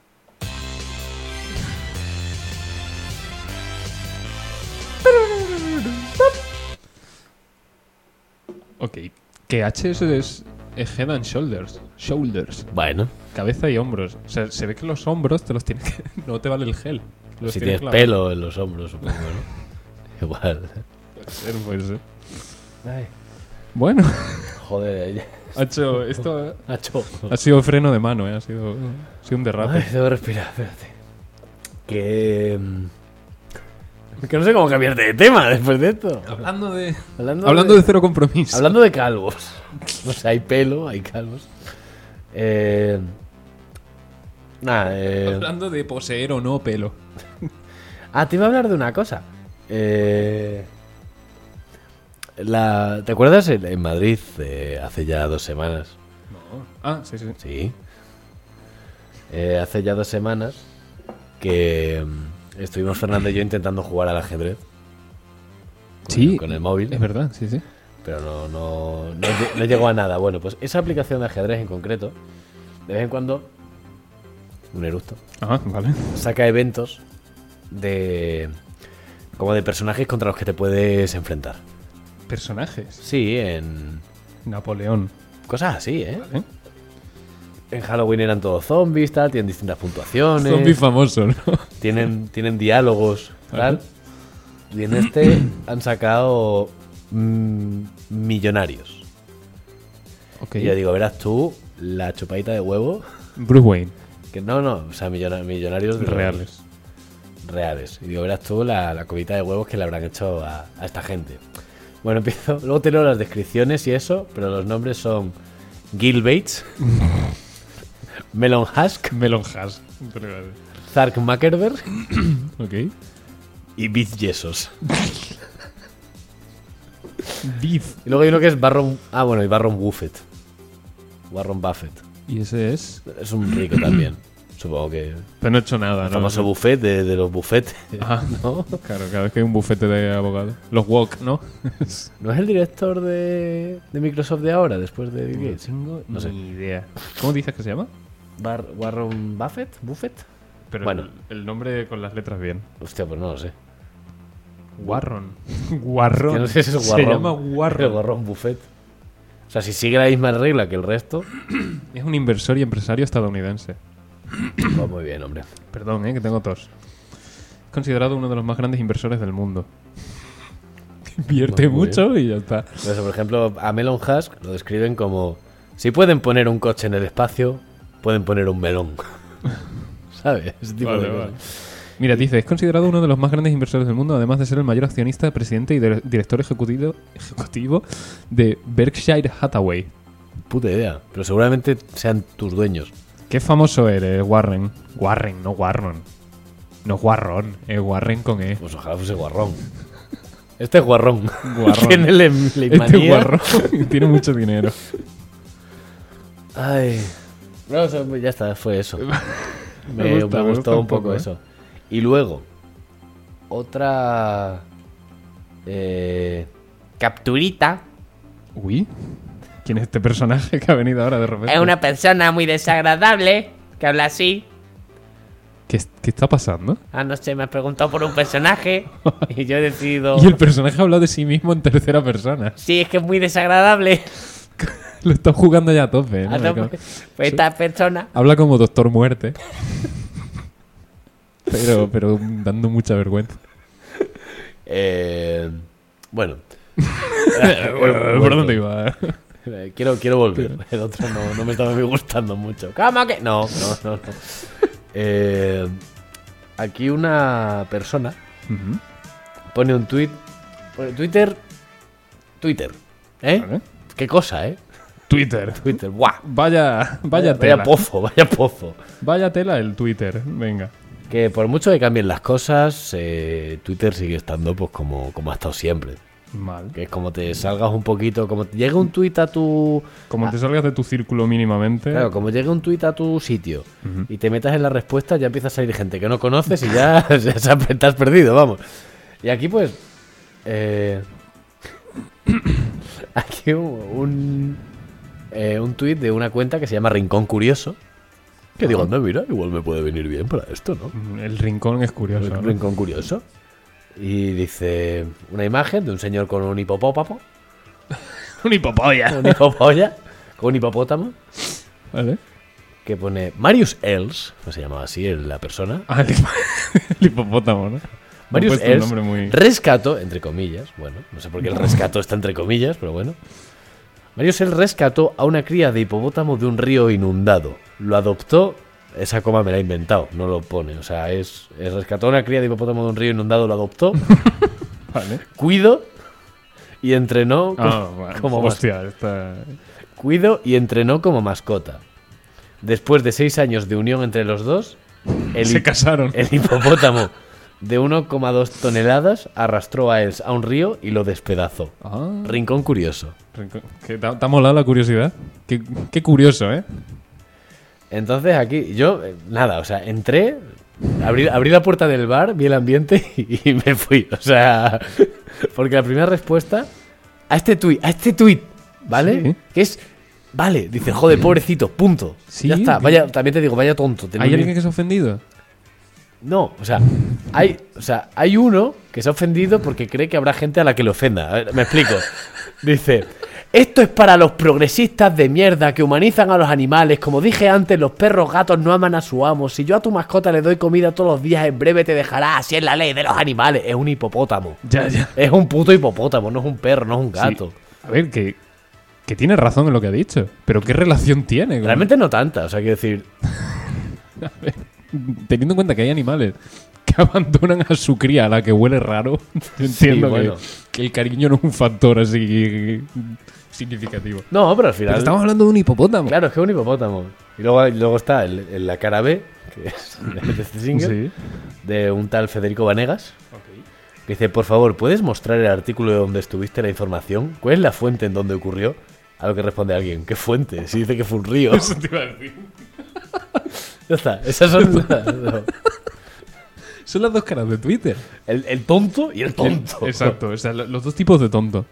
Speaker 2: Ok, que HS es es Head and Shoulders. Shoulders.
Speaker 1: Bueno,
Speaker 2: Cabeza y hombros. O sea, se ve que los hombros te los tienes que... No te vale el gel. Los
Speaker 1: si
Speaker 2: tienes
Speaker 1: tienes
Speaker 2: clavados.
Speaker 1: pelo en los hombros, supongo, ¿no? Igual.
Speaker 2: Puede ser, puede ser.
Speaker 1: Ay,
Speaker 2: Bueno,
Speaker 1: joder, eh, ya-
Speaker 2: ha hecho- esto
Speaker 1: Nacho.
Speaker 2: ha sido freno de mano, ¿eh? ha, sido, ha sido un
Speaker 1: Ay,
Speaker 2: derrape.
Speaker 1: debo respirar, espérate. Que. mm, Que no sé cómo cambiar de tema después de esto.
Speaker 2: Hablando de,
Speaker 1: Hablando,
Speaker 2: hablando de cero compromiso.
Speaker 1: hablando de calvos. No sé, hay pelo, hay calvos. Eh, nada, eh,
Speaker 2: Hablando de poseer o no pelo.
Speaker 1: Ah, te iba a hablar de una cosa. Eh, la, ¿Te acuerdas en, en Madrid eh, hace ya dos semanas?
Speaker 2: Ah, sí, sí.
Speaker 1: Sí. Eh, hace ya dos semanas que mm, estuvimos Fernando y yo intentando jugar al ajedrez. Con-
Speaker 2: Sí.
Speaker 1: Con el móvil.
Speaker 2: Es verdad, sí, sí.
Speaker 1: Pero no, no, no lle- no llegó a nada. Bueno, pues esa aplicación de ajedrez en concreto, de vez en cuando, un eructo,
Speaker 2: Ah, vale.
Speaker 1: saca eventos de. como de personajes contra los que te puedes enfrentar.
Speaker 2: Personajes.
Speaker 1: Sí, en.
Speaker 2: Napoleón.
Speaker 1: cosas así, ¿eh?
Speaker 2: ¿eh?
Speaker 1: En Halloween eran todos zombies, tal, tienen distintas puntuaciones.
Speaker 2: Zombie famoso, ¿no?
Speaker 1: tienen, tienen diálogos, tal.
Speaker 2: Ajá.
Speaker 1: Y en este han sacado mm, millonarios.
Speaker 2: Ok.
Speaker 1: Y yo digo, verás tú, la chupadita de huevo.
Speaker 2: Bruce Wayne.
Speaker 1: Que no, no, o sea, millona- millonarios de los
Speaker 2: Reales.
Speaker 1: reales. Y digo, verás tú la, la comidita de huevos que le habrán hecho a, a esta gente. Bueno, empiezo. Luego te leo las descripciones y eso, pero los nombres son Gil Bates, Melon Husk,
Speaker 2: Melon Haas. Pero,
Speaker 1: Zark Mackerberg
Speaker 2: Ok.
Speaker 1: y Biz Yesos.
Speaker 2: Beef.
Speaker 1: Y luego hay uno que es Barron. Ah, bueno, y Barron Buffett. Warren Buffett.
Speaker 2: Y ese es.
Speaker 1: Es un rico también. Supongo que. El
Speaker 2: Pero no he hecho nada, ¿no?
Speaker 1: famoso buffet de, de los buffets.
Speaker 2: Ah,
Speaker 1: ¿No?
Speaker 2: Claro, cada vez que hay un bufete de abogados. Los wok, ¿no?
Speaker 1: ¿No es el director de, de Microsoft de ahora, después de Bill Gates?
Speaker 2: no sé. ni idea. ¿Cómo dices que se llama?
Speaker 1: Bar- ¿Warren Buffett? ¿Buffett?
Speaker 2: Pero
Speaker 1: Bueno.
Speaker 2: el, el nombre con las letras bien.
Speaker 1: Hostia, pues no lo sé.
Speaker 2: Warron. Warron.
Speaker 1: Que no sé si es
Speaker 2: se
Speaker 1: Warron.
Speaker 2: llama
Speaker 1: El
Speaker 2: Warron.
Speaker 1: Warren Buffet. O sea, si sigue la misma regla que el resto,
Speaker 2: Es un inversor y empresario estadounidense.
Speaker 1: pues va muy bien, hombre.
Speaker 2: Perdón, ¿eh? que tengo tos. Es considerado uno de los más grandes inversores del mundo.
Speaker 1: Muy
Speaker 2: Invierte
Speaker 1: bien.
Speaker 2: mucho y ya está.
Speaker 1: Entonces, por ejemplo, a Melon Husk lo describen como: si pueden poner un coche en el espacio, pueden poner un melón. ¿Sabes? Ese tipo
Speaker 2: Vale,
Speaker 1: de cosas.
Speaker 2: vale. Mira, dice, es considerado uno de los más grandes inversores del mundo, además de ser el mayor accionista, presidente y dire- director ejecutivo, ejecutivo de Berkshire Hathaway.
Speaker 1: Puta idea. Pero seguramente sean tus dueños.
Speaker 2: Qué famoso eres, Warren. Warren, no Warren. No Warron, es Warren con E.
Speaker 1: Pues ojalá fuese guarrón. Este es guarrón.
Speaker 2: Guarrón.
Speaker 1: Tiene leishmanía.
Speaker 2: Este Warron tiene mucho dinero.
Speaker 1: Ay. No, o sea, pues ya está, fue eso. me, me
Speaker 2: gusta,
Speaker 1: gustó
Speaker 2: me gusta
Speaker 1: un poco
Speaker 2: ¿eh?
Speaker 1: eso. Y luego, otra eh, capturita.
Speaker 2: Uy, ¿quién es este pues. personaje que ha venido ahora de repente?
Speaker 4: Es una persona muy desagradable que habla así.
Speaker 2: ¿Qué, es- qué está pasando?
Speaker 4: Ah, no sé, me has preguntado por un personaje y yo he decidido...
Speaker 2: Y el personaje ha hablado de sí mismo en tercera persona.
Speaker 4: Sí, es que es muy desagradable.
Speaker 2: Lo está jugando ya a tope. ¿no?
Speaker 4: Ah, no, pues, pues esta persona...
Speaker 2: Habla como Doctor Muerte. pero, pero dando mucha vergüenza.
Speaker 1: Eh, bueno.
Speaker 2: ¿Por dónde iba?
Speaker 1: Eh, Quiero, quiero volver. El otro no, no me estaba muy gustando mucho. ¿Cómo que? No, no, no. no. Eh, aquí una persona
Speaker 2: Ujú.
Speaker 1: pone un tweet. Twitter. Twitter. ¿Eh?
Speaker 2: Vale.
Speaker 1: Qué cosa, ¿eh?
Speaker 2: Twitter.
Speaker 1: Twitter. ¡Buah!
Speaker 2: Vaya, vaya, tela.
Speaker 1: vaya pozo, vaya pozo.
Speaker 2: Vaya tela el Twitter. Venga.
Speaker 1: Que por mucho que cambien las cosas, eh, Twitter sigue estando pues como, como ha estado siempre.
Speaker 2: Mal.
Speaker 1: Que es como te salgas un poquito, como te llega un tweet a tu.
Speaker 2: Como te salgas de tu círculo mínimamente.
Speaker 1: Claro, como llega un tuit a tu sitio
Speaker 2: Ujú.
Speaker 1: y te metas en la respuesta, ya empieza a salir gente que no conoces y ya o sea, se ha- te has perdido, vamos. Y aquí pues... eh, aquí hubo un, eh, un tuit de una cuenta que se llama Rincón Curioso. Que
Speaker 2: Ah.
Speaker 1: digo, anda, mira, igual me puede venir bien para esto, ¿no?
Speaker 2: mm, El rincón es curioso. ¿no?
Speaker 1: Rincón Curioso. Y dice una imagen de un señor con un hipopópamo,
Speaker 2: Un hipopolla.
Speaker 1: un hipopolla, con un hipopótamo,
Speaker 2: ¿Vale?
Speaker 1: que pone Marius Els, no se llamaba así el- la persona,
Speaker 2: Ah, el, hipo- el hipopótamo, ¿no?
Speaker 1: Marius
Speaker 2: He puesto un
Speaker 1: Ers,
Speaker 2: nombre muy...
Speaker 1: rescató, entre comillas, bueno, no sé por qué el rescato está entre comillas, pero bueno. Marius el rescató a una cría de hipopótamo de un río inundado. Lo adoptó, esa coma me la he inventado, no lo pone, o sea, es, es rescató a una cría de hipopótamo de un río inundado, lo adoptó,
Speaker 2: Vale.
Speaker 1: cuido y entrenó como,
Speaker 2: Ah, bueno,
Speaker 1: como mas-
Speaker 2: hostia, está...
Speaker 1: cuido y entrenó como mascota. Después de seis años de unión entre los dos, el
Speaker 2: Se
Speaker 1: hip-
Speaker 2: casaron.
Speaker 1: el hipopótamo de 1,2 toneladas arrastró a Els a un río y lo despedazó.
Speaker 2: Ah,
Speaker 1: Rincón curioso.
Speaker 2: rincón. Que te ha- te ha molado la curiosidad. Qué, qué curioso, ¿eh?
Speaker 1: Entonces aquí, yo, eh, nada, o sea, entré, abrí, abrí la puerta del bar, vi el ambiente y, y me fui. O sea, porque la primera respuesta a este tuit, a este tuit, ¿vale?
Speaker 2: Sí.
Speaker 1: Que es, vale, dice, joder, pobrecito, punto.
Speaker 2: Sí,
Speaker 1: ya está,
Speaker 2: que-
Speaker 1: vaya, también te digo, vaya tonto. tenía
Speaker 2: ¿Hay
Speaker 1: un-
Speaker 2: alguien que se ha ofendido?
Speaker 1: No, o sea, hay, o sea, hay uno que se ha ofendido porque cree que habrá gente a la que le ofenda. A ver, me explico. Dice, esto es para los progresistas de mierda que humanizan a los animales. Como dije antes, los perros gatos no aman a su amo. Si yo a tu mascota le doy comida todos los días, en breve te dejará. Así es la ley de los animales. Es un hipopótamo.
Speaker 2: Ya, ya.
Speaker 1: Es un puto hipopótamo, no es un perro, no es un gato.
Speaker 2: A ver, que, que tiene razón en lo que ha dicho. Pero ¿qué relación tiene? con-
Speaker 1: Realmente no tanta, o sea, quiero decir,
Speaker 2: Teniendo en cuenta que hay animales que abandonan a su cría a la que huele raro, yo entiendo que-
Speaker 1: bueno.
Speaker 2: que, el cariño no es un factor así significativo.
Speaker 1: no, pero al
Speaker 2: Pero
Speaker 1: final.
Speaker 2: estamos hablando de un hipopótamo.
Speaker 1: Claro, es que es un hipopótamo. Y luego, luego está el, el- la cara B, que es de este single.
Speaker 2: Sí.
Speaker 1: de un tal Federico Vanegas. Que dice, por favor, ¿puedes mostrar el artículo de donde estuviste la información? ¿Cuál es la fuente en donde ocurrió? A lo que responde alguien, ¿qué fuente? Si dice que fue un río.
Speaker 2: Eso te iba a decir.
Speaker 1: Ya está, esas son las-
Speaker 2: Son las dos caras de Twitter.
Speaker 1: el, el tonto y el tonto.
Speaker 2: Exacto, o sea, lo- los dos tipos de tonto.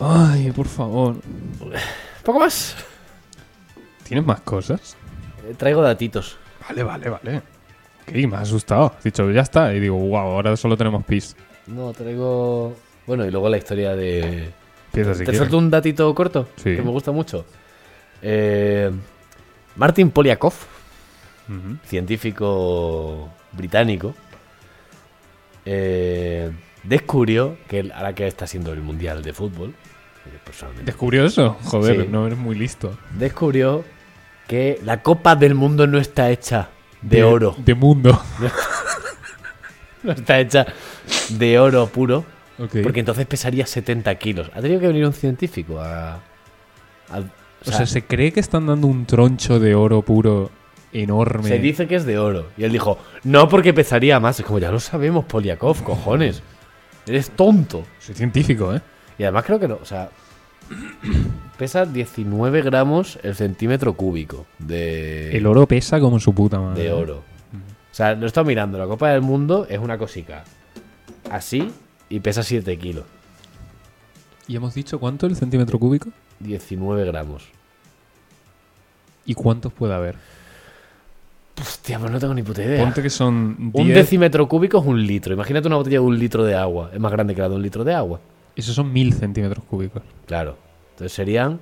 Speaker 2: Ay, por favor.
Speaker 1: Poco más.
Speaker 2: ¿Tienes más cosas?
Speaker 1: Eh, Traigo datitos.
Speaker 2: Vale, vale, vale. Que me has asustado. He dicho, ya está. Y digo, wow, ahora solo tenemos pis.
Speaker 1: No, traigo... Bueno, y luego la historia de...
Speaker 2: Piensa si
Speaker 1: ¿Te
Speaker 2: quieres.
Speaker 1: suelto un datito corto?
Speaker 2: Sí.
Speaker 1: Que me gusta mucho. Eh, Martin Poliakov,
Speaker 2: Ujú.
Speaker 1: científico británico, eh, descubrió que el- ahora que está siendo el mundial de fútbol, eh, personalmente,
Speaker 2: ¿Descubrió eso? Joder,
Speaker 1: Sí.
Speaker 2: no eres muy listo.
Speaker 1: descubrió que la Copa del Mundo no está hecha de, oro,
Speaker 2: De mundo.
Speaker 1: no está hecha de oro puro,
Speaker 2: Ok.
Speaker 1: porque entonces pesaría 70 kilos. Ha tenido que venir un científico a. a- o
Speaker 2: o
Speaker 1: sea,
Speaker 2: sea, se cree que están dando un troncho de oro puro enorme.
Speaker 1: se dice que es de oro. Y él dijo, no porque pesaría más. Es como, ya lo sabemos, Poliakov, cojones. Eres tonto.
Speaker 2: Soy científico, ¿eh?
Speaker 1: Y además creo que no, o sea, pesa 19 gramos el centímetro cúbico de,
Speaker 2: El oro pesa como su puta madre.
Speaker 1: de oro. O sea, lo he estado mirando, la Copa del Mundo es una cosica. Así y pesa 7 kilos.
Speaker 2: ¿Y hemos dicho cuánto el centímetro cúbico?
Speaker 1: 19 gramos.
Speaker 2: ¿Y cuántos puede haber?
Speaker 1: Pues Hostia, pues no tengo ni puta idea.
Speaker 2: Ponte que son
Speaker 1: Un
Speaker 2: 10.
Speaker 1: decímetro cúbico es un litro. Imagínate una botella de un litro de agua. Es más grande que la de un litro de agua.
Speaker 2: Esos son 1000 centímetros cúbicos.
Speaker 1: Claro. Entonces serían.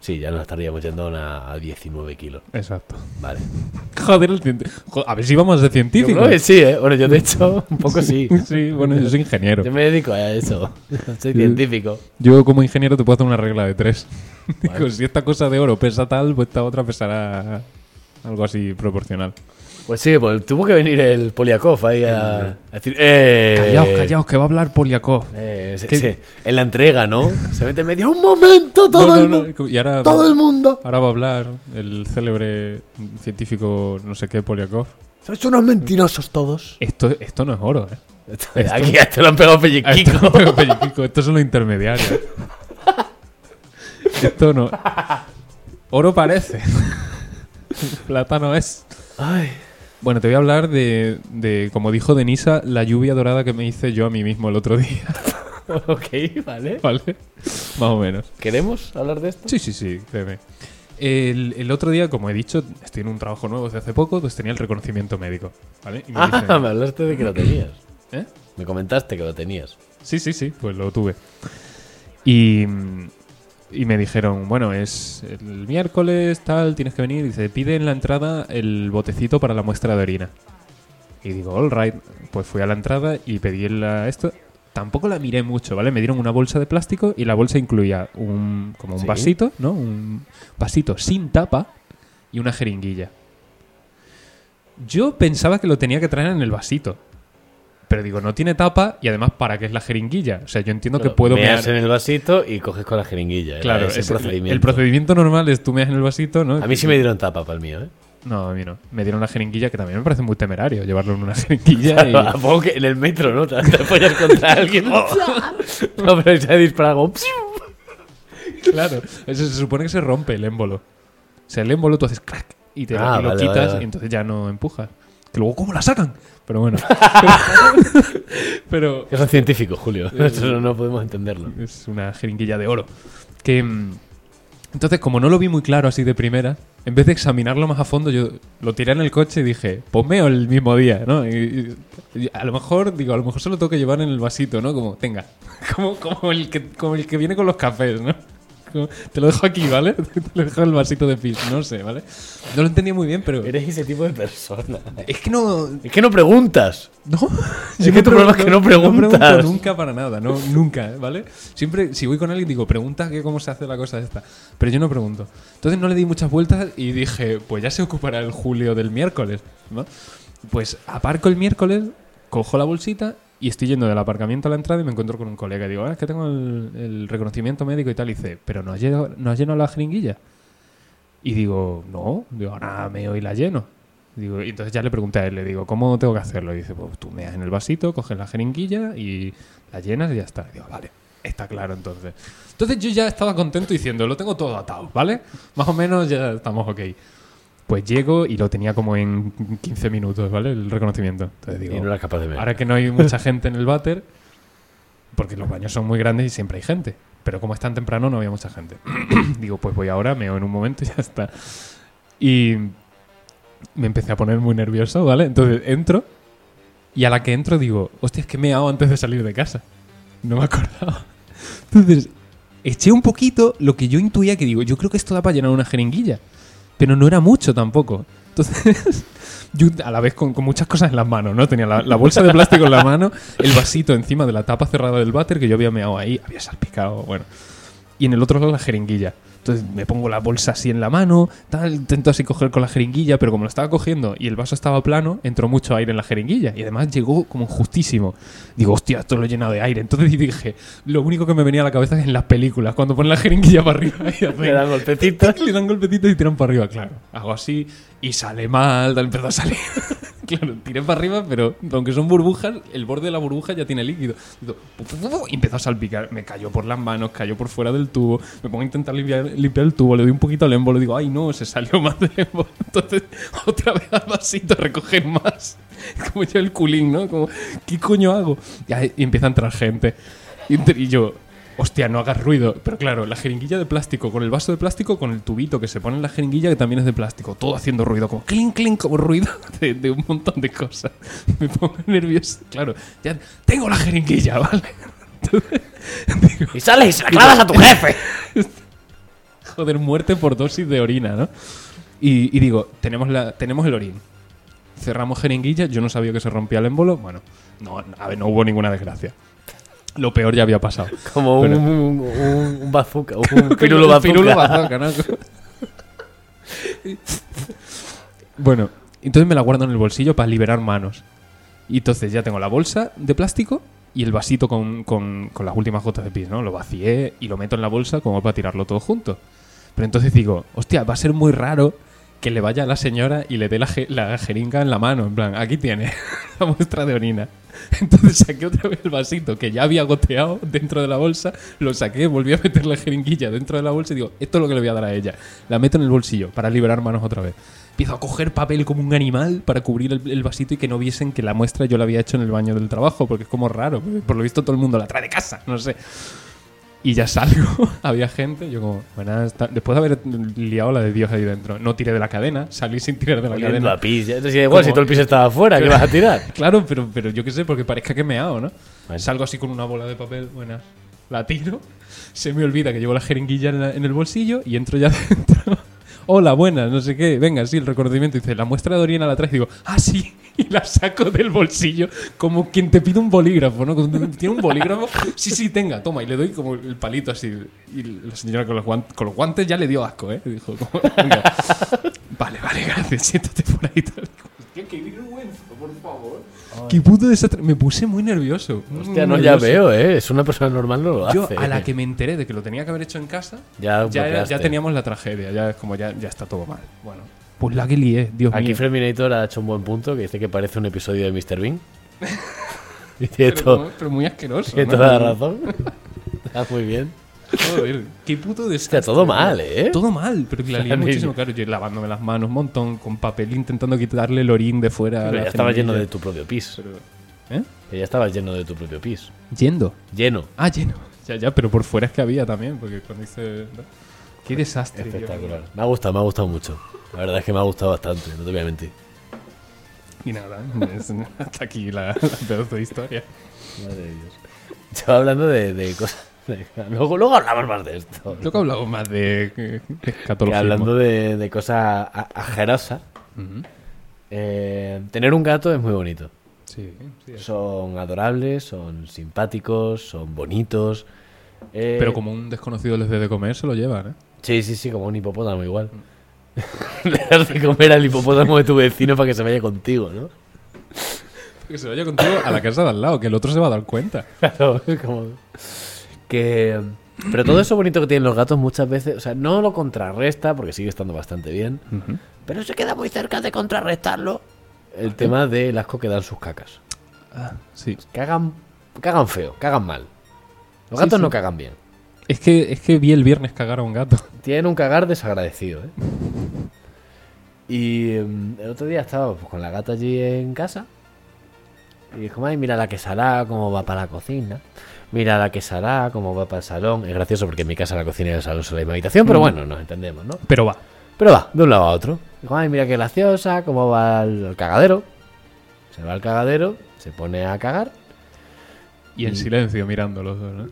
Speaker 1: Sí, ya nos estaríamos yendo a una- a 19 kilos.
Speaker 2: Exacto.
Speaker 1: Vale.
Speaker 2: Joder, el cien- jo- a ver si vamos a ser
Speaker 1: Yo
Speaker 2: científicos.
Speaker 1: creo que sí, ¿eh? Bueno, yo de hecho, un poco sí.
Speaker 2: Sí, bueno, yo soy ingeniero.
Speaker 1: Yo me dedico a eso. Soy científico.
Speaker 2: Yo como ingeniero te puedo hacer una regla de tres. Digo, si esta cosa de oro pesa tal, pues esta otra pesará algo así proporcional.
Speaker 1: Pues sí, pues tuvo que venir el Poliakov ahí a, a decir. ¡Eh!
Speaker 2: Callaos, callaos, que va a hablar Poliakov.
Speaker 1: Eh, se-
Speaker 2: ¿Qué?
Speaker 1: se- en la entrega, ¿no? Se mete en medio. ¡Un momento! Todo,
Speaker 2: No, no,
Speaker 1: el,
Speaker 2: no,
Speaker 1: mu-
Speaker 2: y ahora,
Speaker 1: todo el mundo.
Speaker 2: ahora va a hablar el célebre científico no sé qué Poliakov.
Speaker 1: Sois unos mentirosos todos.
Speaker 2: Esto, esto no es oro, ¿eh? Esto-
Speaker 1: Aquí ya te lo han pegado
Speaker 2: Ah, Esto,
Speaker 1: pellequico.
Speaker 2: Pelliquico, esto son los intermediarios. esto no. Oro parece. Plátano es.
Speaker 1: Ay.
Speaker 2: Bueno, te voy a hablar de, de, como dijo Denisa, la lluvia dorada que me hice yo a mí mismo el otro día,
Speaker 1: Ok, vale.
Speaker 2: ¿vale? Más o menos.
Speaker 1: ¿Queremos hablar de esto?
Speaker 2: Sí, sí, sí, créeme. El, el otro día, como he dicho, estoy en un trabajo nuevo desde hace poco, pues tenía el reconocimiento médico, ¿vale? Y me
Speaker 1: Ah,
Speaker 2: dicen,
Speaker 1: me hablaste de que lo tenías.
Speaker 2: ¿eh?
Speaker 1: Me comentaste que lo tenías.
Speaker 2: Sí, sí, sí, pues lo tuve. Y, mm, y me dijeron, bueno, es el miércoles, tal, tienes que venir. Dice, pide en la entrada el botecito para la muestra de orina. Y digo, all right. Pues fui a la entrada y pedí la, esto. Tampoco la miré mucho, ¿vale? Me dieron una bolsa de plástico y la bolsa incluía un, como un
Speaker 1: Sí.
Speaker 2: vasito, ¿no? Un vasito sin tapa y una jeringuilla. Yo pensaba que lo tenía que traer en el vasito. Pero digo, no tiene tapa y además, ¿para qué es la jeringuilla? O sea, yo entiendo que puedo
Speaker 1: Meas
Speaker 2: mear.
Speaker 1: en el vasito y coges con la jeringuilla. era
Speaker 2: Claro,
Speaker 1: ese
Speaker 2: es-
Speaker 1: procedimiento.
Speaker 2: El procedimiento normal es tú meas en el vasito, ¿no?
Speaker 1: A mí sí me dieron tapa para el mío, ¿eh?
Speaker 2: No, a mí no. Me dieron la jeringuilla, que también me parece muy temerario llevarlo en una jeringuilla. y-
Speaker 1: Claro, supongo que en el metro, ¿no? Te, te follas contra alguien. no, pero se dispara algo.
Speaker 2: Claro, eso se supone que se rompe el émbolo. O sea, el émbolo tú haces crack y te
Speaker 1: Ah,
Speaker 2: y lo
Speaker 1: vale,
Speaker 2: quitas
Speaker 1: vale, vale.
Speaker 2: y entonces ya no empujas. Que luego, ¿cómo la sacan? Pero bueno. pero
Speaker 1: Que son científicos, Julio. Nosotros no podemos entenderlo.
Speaker 2: es una jeringuilla de oro. Que mm, entonces, como no lo vi muy claro así de primera, en vez de examinarlo más a fondo, yo lo tiré en el coche y dije, ponmeo el mismo día, ¿no? Y- y- y a lo mejor, digo, a lo mejor se lo tengo que llevar en el vasito, ¿no? Como, tenga. Como, como, el, que, como el que viene con los cafés, ¿no? Como, te lo dejo aquí, ¿vale? Te lo dejo en el vasito de pis, no sé, ¿vale? No lo entendí muy bien, pero.
Speaker 1: Eres ese tipo de persona.
Speaker 2: Es que no.
Speaker 1: Es que no preguntas.
Speaker 2: No,
Speaker 1: Es
Speaker 2: yo
Speaker 1: que tu problema es que no
Speaker 2: No pregunto
Speaker 1: preguntas.
Speaker 2: nunca para nada, no, nunca, ¿vale? Siempre, si voy con alguien, digo, pregunta que cómo se hace la cosa esta. Pero yo no pregunto. Entonces no le di muchas vueltas y dije, pues ya se ocupará el julio del miércoles, ¿no? Pues aparco el miércoles, cojo la bolsita y estoy yendo del aparcamiento a la entrada y me encuentro con un colega. Y digo, ah, es que tengo el, el reconocimiento médico y tal. Y dice, pero no has llenado, no has llenado la jeringuilla. Y digo, no, digo, ahora meo y la lleno. Digo, y entonces ya le pregunté a él, le digo, ¿cómo tengo que hacerlo? Y dice, pues tú meas en el vasito, coges la jeringuilla y la llenas y ya está. Y digo, vale, está claro entonces. Entonces yo ya estaba contento diciendo, lo tengo todo atado, ¿vale? Más o menos ya estamos ok. Pues llego y lo tenía como en 15 minutos, ¿vale? El reconocimiento. Entonces digo,
Speaker 1: Y no eras capaz de ver.
Speaker 2: Ahora que no hay mucha gente en el váter, porque los baños son muy grandes y siempre hay gente. Pero como es tan temprano, no había mucha gente. Digo, pues voy ahora, meo en un momento y ya está. Y me empecé a poner muy nervioso, ¿vale? Entonces entro y a la que entro digo, hostia, es que me he meado antes de salir de casa. No me acordaba. Entonces eché un poquito lo que yo intuía que digo, yo creo que esto da para llenar una jeringuilla. Pero no era mucho tampoco. Entonces, yo a la vez con, con muchas cosas en las manos, ¿no? Tenía la, la bolsa de plástico en la mano, el vasito encima de la tapa cerrada del váter que yo había meado ahí, había salpicado, bueno. Y en el otro lado la jeringuilla. Entonces me pongo la bolsa así en la mano, tal, intento así coger con la jeringuilla, pero como lo estaba cogiendo y el vaso estaba plano, entró mucho aire en la jeringuilla. Y además llegó como justísimo. Digo, hostia, esto lo he llenado de aire. Entonces dije, lo único que me venía a la cabeza es en las películas, cuando ponen la jeringuilla para arriba y hacen-
Speaker 1: Le dan golpecitos.
Speaker 2: le dan golpecitos y tiran para arriba, claro. Hago así y sale mal, tal, empezó a salir. claro, tiré para arriba, pero aunque son burbujas, el borde de la burbuja ya tiene líquido. Y empezó a salpicar. Me cayó por las manos, cayó por fuera del tubo. Me pongo a intentar limpiar, limpiar el tubo, le doy un poquito al émbolo. Digo, ay no, se salió más del émbolo. Entonces, otra vez al vasito a recoger más. Como yo el culín, ¿no? Como, ¿qué coño hago? Y ahí empieza a entrar gente. Y, entre- y yo, hostia, no hagas ruido. Pero claro, la jeringuilla de plástico, con el vaso de plástico, con el tubito que se pone en la jeringuilla, que también es de plástico, todo haciendo ruido, como clink, clink, como ruido de, de un montón de cosas. Me pongo nervioso. Claro, ya tengo la jeringuilla, ¿vale?
Speaker 4: Y sales y se la clavas a tu jefe.
Speaker 2: Joder, muerte por dosis de orina, ¿no? Y, y digo, tenemos, la, tenemos el orín. Cerramos jeringuilla, yo no sabía que se rompía el émbolo. Bueno, no, a ver, no hubo ninguna desgracia. Lo peor ya había pasado.
Speaker 1: Como un,
Speaker 2: Pero-
Speaker 1: un, un, un bazooka, un pirulo
Speaker 2: Coño,
Speaker 1: bazooka.
Speaker 2: pirulo bazooka, ¿no? bueno, entonces me la guardo en el bolsillo para liberar manos. Y entonces ya tengo la bolsa de plástico y el vasito con, con- con las últimas gotas de pis, ¿no? Lo vacié y lo meto en la bolsa como para tirarlo todo junto. Pero entonces digo, hostia, va a ser muy raro que le vaya a la señora y le dé la, je- la jeringa en la mano. En plan, aquí tiene la muestra de orina. Entonces saqué otra vez el vasito que ya había goteado dentro de la bolsa, lo saqué, volví a meter la jeringuilla dentro de la bolsa y digo, esto es lo que le voy a dar a ella. La meto en el bolsillo para liberar manos otra vez. Empiezo a coger papel como un animal para cubrir el, el vasito y que no viesen que la muestra yo la había hecho en el baño del trabajo, porque es como raro. porque Por lo visto todo el mundo la trae de casa, no sé. Y ya salgo, había gente, yo como, buenas, ta-". después de haber liado la de Dios ahí dentro, no tiré de la cadena, salí sin tirar de la
Speaker 1: Oliendo
Speaker 2: cadena.
Speaker 1: a pis. ya. Entonces, igual, si
Speaker 2: Como-
Speaker 1: todo el piso estaba afuera, ¿qué vas a tirar?
Speaker 2: Claro, pero, pero yo qué sé, porque parezca que me meado, ¿no?
Speaker 1: Bueno.
Speaker 2: Salgo así con una bola de papel, buenas. La tiro, se me olvida que llevo la jeringuilla en, la- en el bolsillo y entro ya dentro. Hola, buenas, no sé qué. Venga, sí, el reconocimiento. Dice, la muestra de orina la traes. Digo, ah, sí. Y la saco del bolsillo como quien te pide un bolígrafo, ¿no? Como, ¿Tiene un bolígrafo? Sí, sí, tenga, toma. Y le doy como el palito así. Y la señora con los, guan- con los guantes ya le dio asco, ¿eh? Dijo, como, venga. Vale, vale, gracias. Siéntate por ahí. tal. Hostia, qué vergüenza, por favor. Qué puto desastre. Me puse muy nervioso. muy
Speaker 1: Hostia, no, ya
Speaker 2: nervioso.
Speaker 1: veo, ¿eh? Es una persona normal, no lo hace.
Speaker 2: Mm, Yo, a la que me enteré de que lo tenía que haber hecho en casa,
Speaker 1: Ya
Speaker 2: ya, era-
Speaker 1: bloqueaste.
Speaker 2: ya teníamos la tragedia. Ya es como, ya, ya está todo mal. Bueno, pues la que lié, Dios
Speaker 1: Aquí
Speaker 2: mío.
Speaker 1: Freminator ha hecho un buen punto que dice que parece un episodio de Mr. Bean. y tiene,
Speaker 2: pero,
Speaker 1: to-
Speaker 2: como- pero muy asqueroso.
Speaker 1: tiene
Speaker 2: ¿no?
Speaker 1: toda la razón. Está muy bien.
Speaker 2: Joder, qué puto desastre.
Speaker 1: Hostia, todo mal, ¿eh?
Speaker 2: Todo mal, pero que la lié
Speaker 1: Claro,
Speaker 2: muchísimo.
Speaker 1: niño.
Speaker 2: Claro, yo lavándome las manos un montón, con papel, intentando quitarle el orín de fuera. a
Speaker 1: Pero
Speaker 2: la
Speaker 1: ya estaba lleno de
Speaker 2: jeringuilla.
Speaker 1: tu propio pis.
Speaker 2: ¿Eh?
Speaker 1: Que ya estaba lleno de tu propio pis.
Speaker 2: Yendo.
Speaker 1: Lleno.
Speaker 2: Ah, lleno. Ya, ya, pero por fuera es que había también, porque cuando hice. ¿no? Qué desastre. tío.
Speaker 1: Espectacular. Me ha gustado, me ha gustado mucho. La verdad es que me ha gustado bastante, no te voy a mentir.
Speaker 2: Y nada, es- hasta aquí la, la pedazo de historia.
Speaker 1: Madre de Dios. Yo hablando de, de cosas. de- luego, luego hablamos más de esto.
Speaker 2: Creo que hablamos más de, de
Speaker 1: Que
Speaker 2: escatología.
Speaker 1: hablando de, de cosas a- ajerosas,
Speaker 2: Ujú.
Speaker 1: eh, tener un gato es muy bonito.
Speaker 2: Sí, sí.
Speaker 1: Son adorables, son simpáticos, son bonitos. eh,
Speaker 2: Pero como un desconocido les dé de comer, se lo llevan, ¿eh?
Speaker 1: Sí, sí, sí, como un hipopótamo igual. Le das de comer al hipopótamo de tu vecino para que se vaya contigo, ¿no?
Speaker 2: Que se vaya contigo a la casa de al lado, que el otro se va a dar cuenta.
Speaker 1: Claro, es como- Que... Pero todo eso bonito que tienen los gatos muchas veces, o sea, no lo contrarresta, porque sigue estando bastante bien, pero se queda muy cerca de contrarrestarlo el tema del asco que dan sus cacas.
Speaker 2: Ah, sí.
Speaker 1: Cagan, cagan feo, cagan mal. Los
Speaker 2: Sí,
Speaker 1: gatos
Speaker 2: sí.
Speaker 1: no cagan bien.
Speaker 2: Es que, es que vi el viernes cagar a un gato.
Speaker 1: Tienen un cagar desagradecido, ¿eh? Y em, el otro día estaba pues, con la gata allí en casa. Y dijo, ay, mira la que salá, cómo va para la cocina. Mira la que salá, cómo va para el salón. Es gracioso porque en mi casa la cocina y el salón son la misma habitación, pero
Speaker 2: Mm.
Speaker 1: bueno, nos entendemos, ¿no?
Speaker 2: Pero va.
Speaker 1: Pero va, de un lado a otro. Dijo, ay, mira qué graciosa, cómo va al al cagadero. Se va al cagadero, se pone a cagar.
Speaker 2: Y en silencio mirando los dos, ¿no?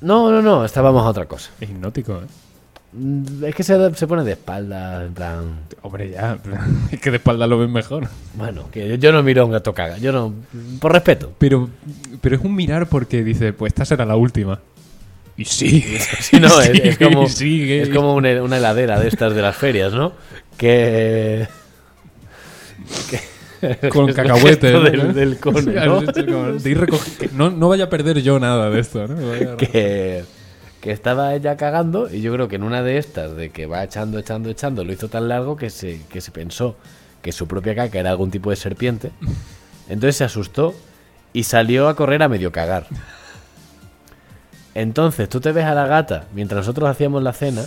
Speaker 1: No, no, no, estábamos a otra cosa.
Speaker 2: Es hipnótico, ¿eh?
Speaker 1: Mm, Es que se, se pone de espaldas, en plan...
Speaker 2: Hombre, ya. Es que de espalda lo ven mejor.
Speaker 1: Bueno, que yo, yo no miro a un gato caga, yo no, por respeto.
Speaker 2: Pero, pero es un mirar porque dice, pues esta será la última. Y sigue.
Speaker 1: Si no, es,
Speaker 2: Sigue,
Speaker 1: es como,
Speaker 2: y sigue.
Speaker 1: es como una, una heladera de estas de las ferias, ¿no? Que... que-
Speaker 2: Con
Speaker 1: el gesto
Speaker 2: cacahuetes. ¿no?
Speaker 1: Del, del cone, ¿no?
Speaker 2: Sí, como de ir recogi- que no, no vaya a perder yo nada de esto, ¿no? Vaya-
Speaker 1: que, que estaba ella cagando y yo creo que en una de estas, de que va echando, echando, echando, lo hizo tan largo que se, que se pensó que su propia caca era algún tipo de serpiente. Entonces se asustó y salió a correr a medio cagar. Entonces tú te ves a la gata mientras nosotros hacíamos la cena.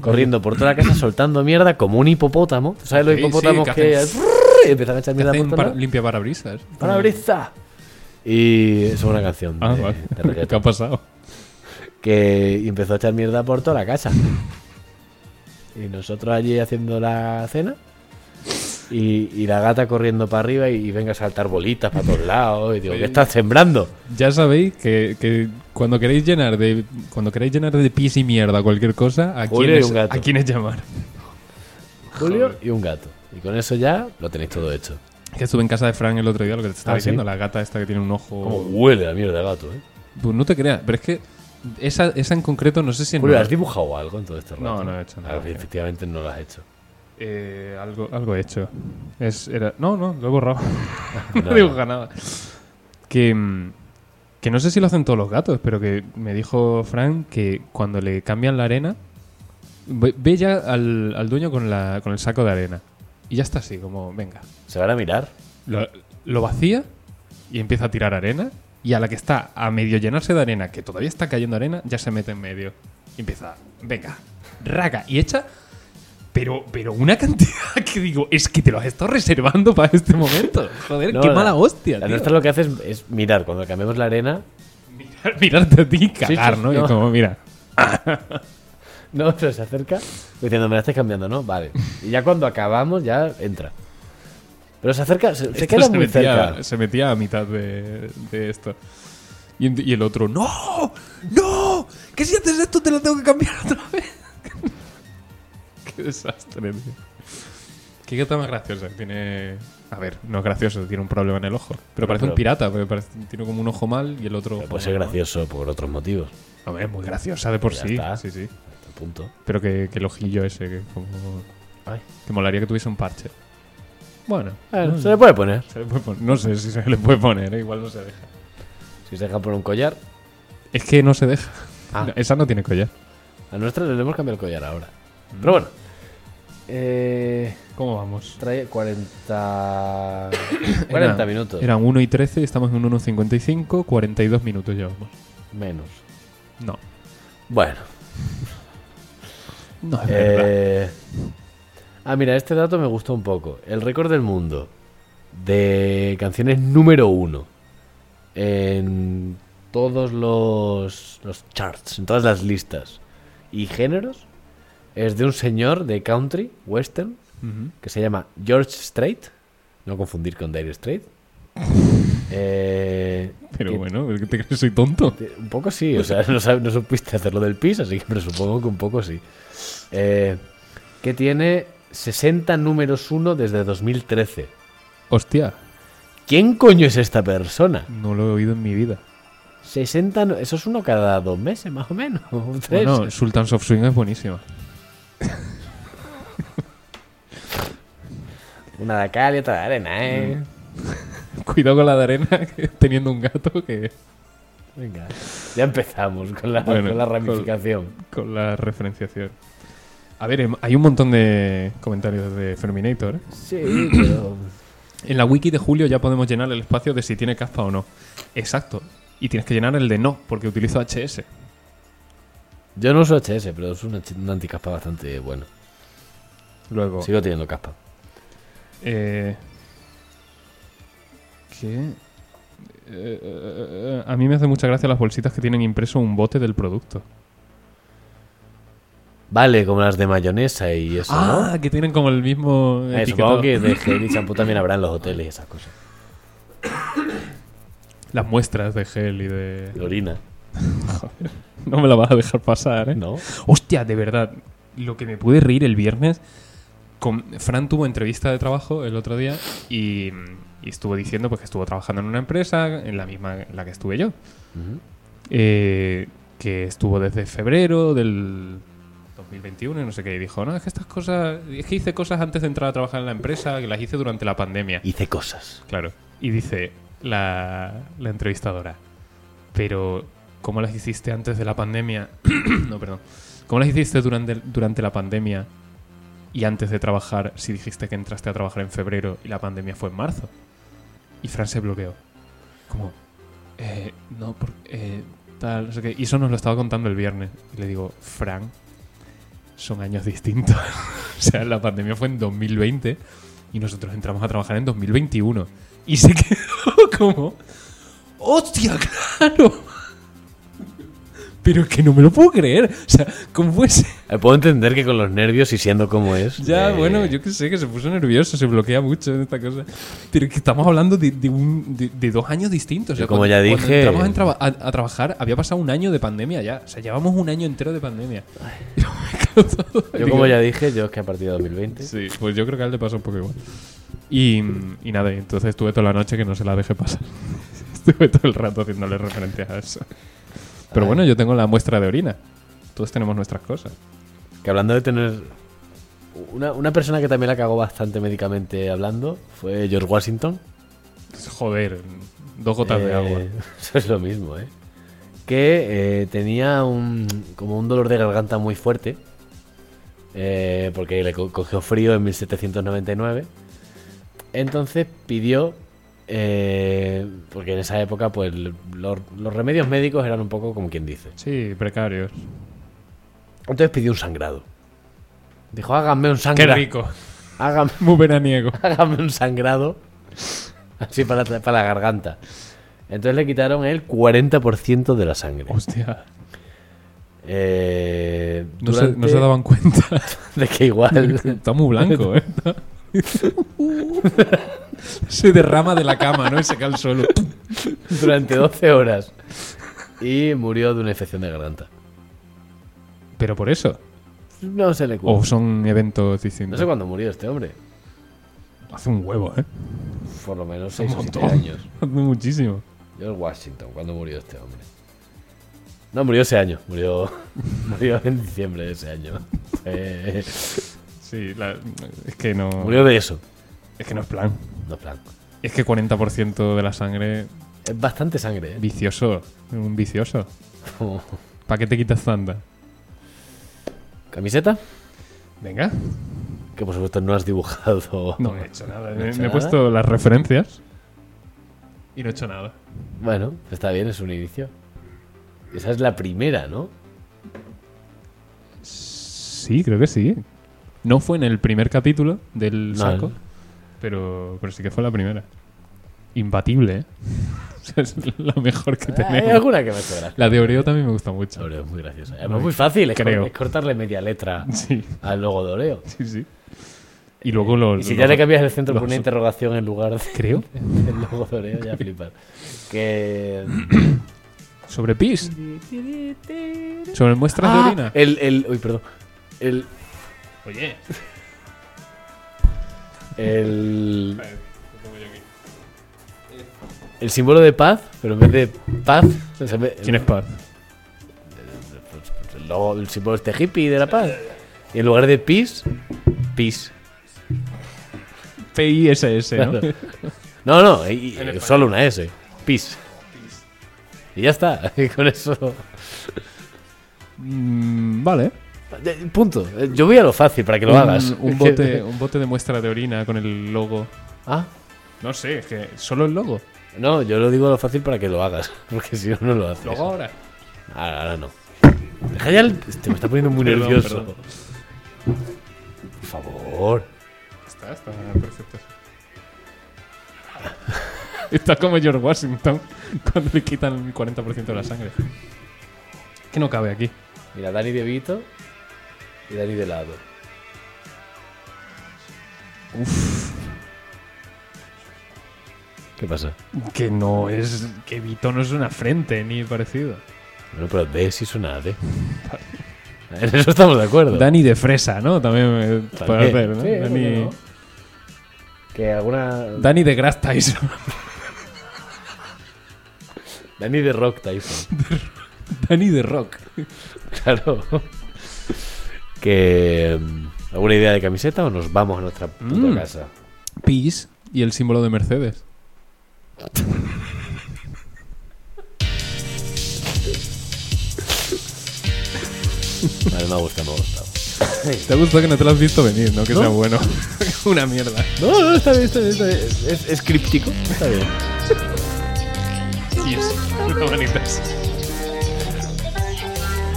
Speaker 1: Corriendo por toda la casa soltando mierda como un hipopótamo. ¿Tú ¿Sabes los
Speaker 2: Sí, sí,
Speaker 1: hipopótamos
Speaker 2: que
Speaker 1: que,
Speaker 2: hacen-
Speaker 1: y empiezan a echar
Speaker 2: Que
Speaker 1: mierda
Speaker 2: hacen
Speaker 1: por
Speaker 2: para-
Speaker 1: todos lados?
Speaker 2: limpia parabrisas.
Speaker 1: ¡Parabrisa! Y eso es una canción
Speaker 2: Ah,
Speaker 1: de,
Speaker 2: vale.
Speaker 1: Eh, de reggaetón.
Speaker 2: ¿Qué ha pasado?
Speaker 1: que y empezó a echar mierda por toda la casa. Y nosotros allí haciendo la cena. Y, y la gata corriendo para arriba y, y venga a saltar bolitas para todos lados. Y digo, ¿qué estás sembrando?
Speaker 2: Ya sabéis que, que cuando queréis llenar de cuando queréis llenar de pis y mierda cualquier cosa, ¿a
Speaker 1: Julio y
Speaker 2: quiénes,
Speaker 1: un gato.
Speaker 2: a quiénes llamar?
Speaker 1: Julio y un gato. Y con eso ya lo tenéis todo hecho.
Speaker 2: Que estuve en casa de Frank el otro día, lo que te estaba
Speaker 1: Ah, ¿sí?
Speaker 2: diciendo, la gata esta que tiene un ojo.
Speaker 1: Como huele la mierda de gato, eh?
Speaker 2: Pues no te creas, pero es que esa, esa en concreto no sé si en
Speaker 1: Julio, ¿has
Speaker 2: Nueva-
Speaker 1: dibujado algo en todo este rato?
Speaker 2: No, no he hecho nada.
Speaker 1: Ah, efectivamente no lo has hecho.
Speaker 2: Eh, algo, algo he hecho. Es, era, no, no, lo he borrado. no
Speaker 1: Nada.
Speaker 2: dibuja nada. Que, mm, que no sé si lo hacen todos los gatos, pero que me dijo Frank que cuando le cambian la arena, ve, ve ya al, al dueño con, la, con el saco de arena. Y ya está así, como, venga.
Speaker 1: Se van a mirar.
Speaker 2: Lo, lo vacía y empieza a tirar arena. Y a la que está a medio llenarse de arena, que todavía está cayendo arena, ya se mete en medio. Y empieza, venga, raga. Y echa, pero, pero una cantidad que digo, es que te lo has estado reservando para este momento. Joder,
Speaker 1: No,
Speaker 2: qué
Speaker 1: la-
Speaker 2: mala hostia.
Speaker 1: La
Speaker 2: tío.
Speaker 1: nuestra lo que hace es, es mirar. Cuando cambiamos la arena.
Speaker 2: Mirar- Mirarte a ti y cagar,
Speaker 1: sí,
Speaker 2: ¿no? Y
Speaker 1: no.
Speaker 2: como, mira,
Speaker 1: No, pero se acerca. Diciendo, me la estás cambiando, ¿no? Vale. Y ya cuando acabamos, ya entra. Pero se acerca, se, se
Speaker 2: esto
Speaker 1: queda
Speaker 2: se
Speaker 1: muy cerca.
Speaker 2: metía, se metía a mitad de, de esto. Y, en- y el otro, ¡No! ¡No! ¿Qué si haces esto te lo tengo que cambiar otra vez? ¡Qué desastre, tío! ¿Qué gata más graciosa? Tiene. A ver, no es gracioso, tiene un problema en el ojo. Pero parece un
Speaker 1: pero-
Speaker 2: pirata, porque parece- tiene como un ojo mal y el otro.
Speaker 1: Pero
Speaker 2: ojo
Speaker 1: Puede ser
Speaker 2: mal.
Speaker 1: gracioso por otros motivos.
Speaker 2: Hombre, es muy graciosa de por
Speaker 1: Ya
Speaker 2: sí.
Speaker 1: está.
Speaker 2: Sí, sí.
Speaker 1: Hasta el punto.
Speaker 2: Pero que, que el ojillo ese, que como.
Speaker 1: Ay.
Speaker 2: Que molaría que tuviese un parche. Bueno,
Speaker 1: Bueno, se le puede poner.
Speaker 2: se le puede poner- no sé si se le puede poner, ¿eh? igual no se deja.
Speaker 1: Si se deja por un collar.
Speaker 2: Es que no se deja.
Speaker 1: Ah.
Speaker 2: No, Esa no tiene collar.
Speaker 1: A nuestra le hemos cambiado el collar ahora.
Speaker 2: Mm.
Speaker 1: Pero bueno. Eh,
Speaker 2: ¿Cómo vamos?
Speaker 1: trae 40. 40
Speaker 2: Era-
Speaker 1: minutos.
Speaker 2: Eran 1 y 13, estamos en 1.55, 42 minutos llevamos.
Speaker 1: Menos.
Speaker 2: No.
Speaker 1: Bueno.
Speaker 2: No es verdad.
Speaker 1: Eh, ah, mira, este dato me gustó un poco. El récord del mundo de canciones número uno en todos los, los charts, en todas las listas y géneros es de un señor de country, western,
Speaker 2: Ujú.
Speaker 1: que se llama George Strait. No confundir con Dire Strait. Eh,
Speaker 2: Pero
Speaker 1: que-
Speaker 2: bueno, ¿por qué te crees que soy tonto?
Speaker 1: te- Un poco sí, o sea, no, sab- no supiste hacerlo del pis, así que presupongo que un poco sí. Eh, que tiene 60 números 1 desde 2013.
Speaker 2: Hostia,
Speaker 1: ¿Quién coño es esta persona?
Speaker 2: no lo he oído en mi vida.
Speaker 1: 60, nu- eso es uno cada dos meses, más o menos. o tres.
Speaker 2: Bueno, Sultans of Swing es buenísima.
Speaker 1: Una de cal y otra de arena,
Speaker 2: Mm.
Speaker 1: ¿eh?
Speaker 2: Cuidado con la de arena, que- teniendo un gato que
Speaker 1: Venga, ya empezamos con la,
Speaker 2: Bueno,
Speaker 1: con la
Speaker 2: con-
Speaker 1: ramificación.
Speaker 2: con la referenciación. A ver, em, hay un montón de comentarios de Ferminator. ¿eh?
Speaker 1: Sí, pero.
Speaker 2: En la wiki de Julio ya podemos llenar el espacio de si tiene caspa o no. Exacto. Y tienes que llenar el de no, porque utilizo HS.
Speaker 1: Yo no uso HS, pero es una, ch- una anticaspa bastante buena.
Speaker 2: Luego.
Speaker 1: Sigo teniendo caspa.
Speaker 2: eh, ¿Qué? Eh, eh, eh, a mí me hace mucha gracia las bolsitas que tienen impreso un bote del producto.
Speaker 1: Vale, como las de mayonesa y eso. ¿no?
Speaker 2: Ah, que tienen como el mismo.
Speaker 1: Eh,
Speaker 2: etiquetado.
Speaker 1: supongo que de gel y champú también habrá en los hoteles y esas cosas.
Speaker 2: Las muestras de gel y de.
Speaker 1: De orina.
Speaker 2: No me la vas a dejar pasar, ¿eh?
Speaker 1: ¿No?
Speaker 2: Hostia, de verdad, lo que me pude reír el viernes. Con, Fran tuvo entrevista de trabajo el otro día y, y estuvo diciendo pues, que estuvo trabajando en una empresa, en la misma en la que estuve yo. Eh, que estuvo desde febrero del 2021 y no sé qué. Y dijo, no, es que estas cosas. Es que hice cosas antes de entrar a trabajar en la empresa, que las hice durante la pandemia.
Speaker 1: Hice cosas.
Speaker 2: Claro. Y dice la, la entrevistadora, pero ¿cómo las hiciste antes de la pandemia? no, perdón. ¿Cómo las hiciste durante, durante la pandemia y antes de trabajar si dijiste que entraste a trabajar en febrero y la pandemia fue en marzo? Y Fran se bloqueó. Como, eh, no, por- eh, tal, no sé qué. Y eso nos lo estaba contando el viernes. Y le digo, Fran, son años distintos. o sea, la pandemia fue en 2020 y nosotros entramos a trabajar en 2021. Y se quedó como, ¡hostia, claro! pero es que no me lo puedo creer. O sea, ¿cómo puede ser?
Speaker 1: Eh, Puedo entender que con los nervios y siendo como es.
Speaker 2: Ya,
Speaker 1: eh,
Speaker 2: bueno, yo qué sé, que se puso nervioso, se bloquea mucho en esta cosa. Pero que estamos hablando de, de un- de- de dos años distintos. o sea,
Speaker 1: Yo como ya
Speaker 2: cuando- cuando
Speaker 1: dije-
Speaker 2: entramos en traba- a, a trabajar, había pasado un año de pandemia ya. O sea, llevamos un año entero de pandemia.
Speaker 1: Yo, como ya dije, yo es que a partir de 2020.
Speaker 2: Sí, pues yo creo que a él le pasa un poco igual. Y, y nada, y entonces estuve toda la noche que no se la dejé pasar. estuve todo el rato haciéndole referencias a eso. Pero
Speaker 1: Ay.
Speaker 2: bueno, yo tengo la muestra de orina. Todos tenemos nuestras cosas.
Speaker 1: Que hablando de tener. Una, una persona que también la cagó bastante médicamente hablando fue George Washington.
Speaker 2: Joder, dos gotas de
Speaker 1: Eh,
Speaker 2: agua.
Speaker 1: Eso es lo mismo, ¿eh? Que eh, tenía un, como un dolor de garganta muy fuerte. eh, porque le co- cogió frío en 1799. Entonces pidió. eh, porque en esa época, pues los, los remedios médicos eran un poco como quien dice.
Speaker 2: Sí, precarios.
Speaker 1: Entonces pidió un sangrado. Dijo, háganme un
Speaker 2: Qué
Speaker 1: sangrado.
Speaker 2: rico.
Speaker 1: Háganme,
Speaker 2: Muy veraniego.
Speaker 1: hágame un sangrado. Así para, la- para la garganta. Entonces le quitaron el 40% de la sangre.
Speaker 2: Hostia.
Speaker 1: Eh,
Speaker 2: No se, no
Speaker 1: durante-
Speaker 2: se daban cuenta.
Speaker 1: De que igual.
Speaker 2: Está muy blanco, ¿eh? se derrama de la cama, ¿no? Y se cae al suelo.
Speaker 1: durante 12 horas. Y murió de una infección de garganta.
Speaker 2: Pero por eso.
Speaker 1: No se le
Speaker 2: O
Speaker 1: cura.
Speaker 2: son eventos
Speaker 1: No
Speaker 2: distintos.
Speaker 1: sé cuándo murió este hombre.
Speaker 2: Hace un huevo, ¿eh?
Speaker 1: Por lo menos 6 o 7
Speaker 2: montón.
Speaker 1: años.
Speaker 2: Hace muchísimo.
Speaker 1: George Washington, ¿cuándo murió este hombre? No, murió ese año. Murió, murió en diciembre de ese año. Eh,
Speaker 2: Sí, la- es que no.
Speaker 1: murió de eso.
Speaker 2: Es que no es plan.
Speaker 1: No, en plan.
Speaker 2: Es que 40% de la sangre.
Speaker 1: Es bastante sangre, ¿eh?
Speaker 2: Vicioso. Un vicioso.
Speaker 1: Como-
Speaker 2: ¿Para qué te quitas tanta?
Speaker 1: ¿Camiseta?
Speaker 2: Venga.
Speaker 1: Que por supuesto no has dibujado.
Speaker 2: No he hecho nada.
Speaker 1: he
Speaker 2: Me,
Speaker 1: hecho
Speaker 2: me he
Speaker 1: nada.
Speaker 2: puesto las referencias. Y no he hecho nada.
Speaker 1: Bueno, está bien, es un inicio. Esa es la primera, ¿no?
Speaker 2: Sí, creo que sí. No fue en el primer capítulo del
Speaker 1: No,
Speaker 2: saco,
Speaker 1: el-
Speaker 2: pero, pero sí que fue la primera. Imbatible, ¿eh? O sea, es la mejor que
Speaker 1: Ah, Hay
Speaker 2: tenemos.
Speaker 1: alguna que me hace gracia.
Speaker 2: La de Oreo también me gusta mucho.
Speaker 1: Oreo es muy graciosa.
Speaker 2: Muy-
Speaker 1: Además, muy fácil. Es, cor-
Speaker 2: creo.
Speaker 1: es cortarle media letra
Speaker 2: Sí,
Speaker 1: al logo de Oreo.
Speaker 2: sí, sí. Y luego lo...
Speaker 1: Y si
Speaker 2: lo-
Speaker 1: ya le cambias el centro por
Speaker 2: los-
Speaker 1: una interrogación en lugar de-
Speaker 2: Creo.
Speaker 1: del logo de Oreo, ya flipas. Que.
Speaker 2: Sobre pis. Sobre muestras de
Speaker 1: Ah,
Speaker 2: orina.
Speaker 1: el, el. Uy, perdón. El.
Speaker 2: Oye.
Speaker 1: El. El símbolo de paz, pero en vez de paz. o sea, en vez-
Speaker 2: ¿Quién es Paz?
Speaker 1: pues, el, logo- el símbolo este hippie de la paz. Y en lugar de peace, peace.
Speaker 2: P-I-S-S, ¿no?
Speaker 1: Claro. No, no, y- y- solo una S. Peace. Y ya está, y con eso.
Speaker 2: Mm, vale.
Speaker 1: Eh, Punto. Eh, Yo voy a lo fácil para que lo
Speaker 2: un,
Speaker 1: hagas.
Speaker 2: Un bote, un bote de muestra de orina con el logo.
Speaker 1: Ah,
Speaker 2: No sé, es que solo el logo.
Speaker 1: no, yo lo digo a lo fácil para que lo hagas. Porque si no, no lo haces.
Speaker 2: Logo ahora.
Speaker 1: Ahora, ahora no. Deja ya el. Te me está poniendo muy
Speaker 2: Perdón,
Speaker 1: nervioso.
Speaker 2: perdón.
Speaker 1: Por favor.
Speaker 2: Está, está perfecto. Está como George Washington cuando le quitan el 40% de la sangre. Que no cabe aquí.
Speaker 1: Mira, Dani de Vito y Dani de lado.
Speaker 2: Uf,
Speaker 1: ¿Qué pasa?
Speaker 2: que no es. Que Vito no es una frente ni parecido.
Speaker 1: Bueno, pero D sí suena a D. En eso estamos de acuerdo.
Speaker 2: Dani de fresa, ¿no? También me puede hacer, ¿no?
Speaker 1: Sí, ¿por qué
Speaker 2: Dani,
Speaker 1: no? Que alguna.
Speaker 2: Dani de Grass Tyson.
Speaker 1: Dani de Rock Tyson.
Speaker 2: Dani de Rock.
Speaker 1: Claro. que. mm, ¿Alguna idea de camiseta o nos vamos a nuestra puta
Speaker 2: Mm.
Speaker 1: casa?
Speaker 2: Peace y el símbolo de Mercedes.
Speaker 1: Vale, me ha gustado, me ha gustado.
Speaker 2: Te ha gustado que no te lo has visto venir, ¿no? Que
Speaker 1: No.
Speaker 2: sea bueno. una mierda.
Speaker 1: No, no, Oh, está bien, está bien. está bien. Es, es críptico. Está bien.
Speaker 2: Y es una manitas.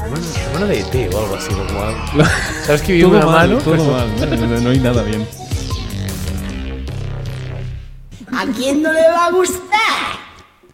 Speaker 1: Bueno, bueno de té o algo así. ¿no? Como algo-
Speaker 2: Lo-
Speaker 1: ¿Sabes que vi una mano?
Speaker 2: todo
Speaker 1: Pues-
Speaker 2: mal. No, no, no hay nada bien.
Speaker 3: ¿A quién no le va a gustar?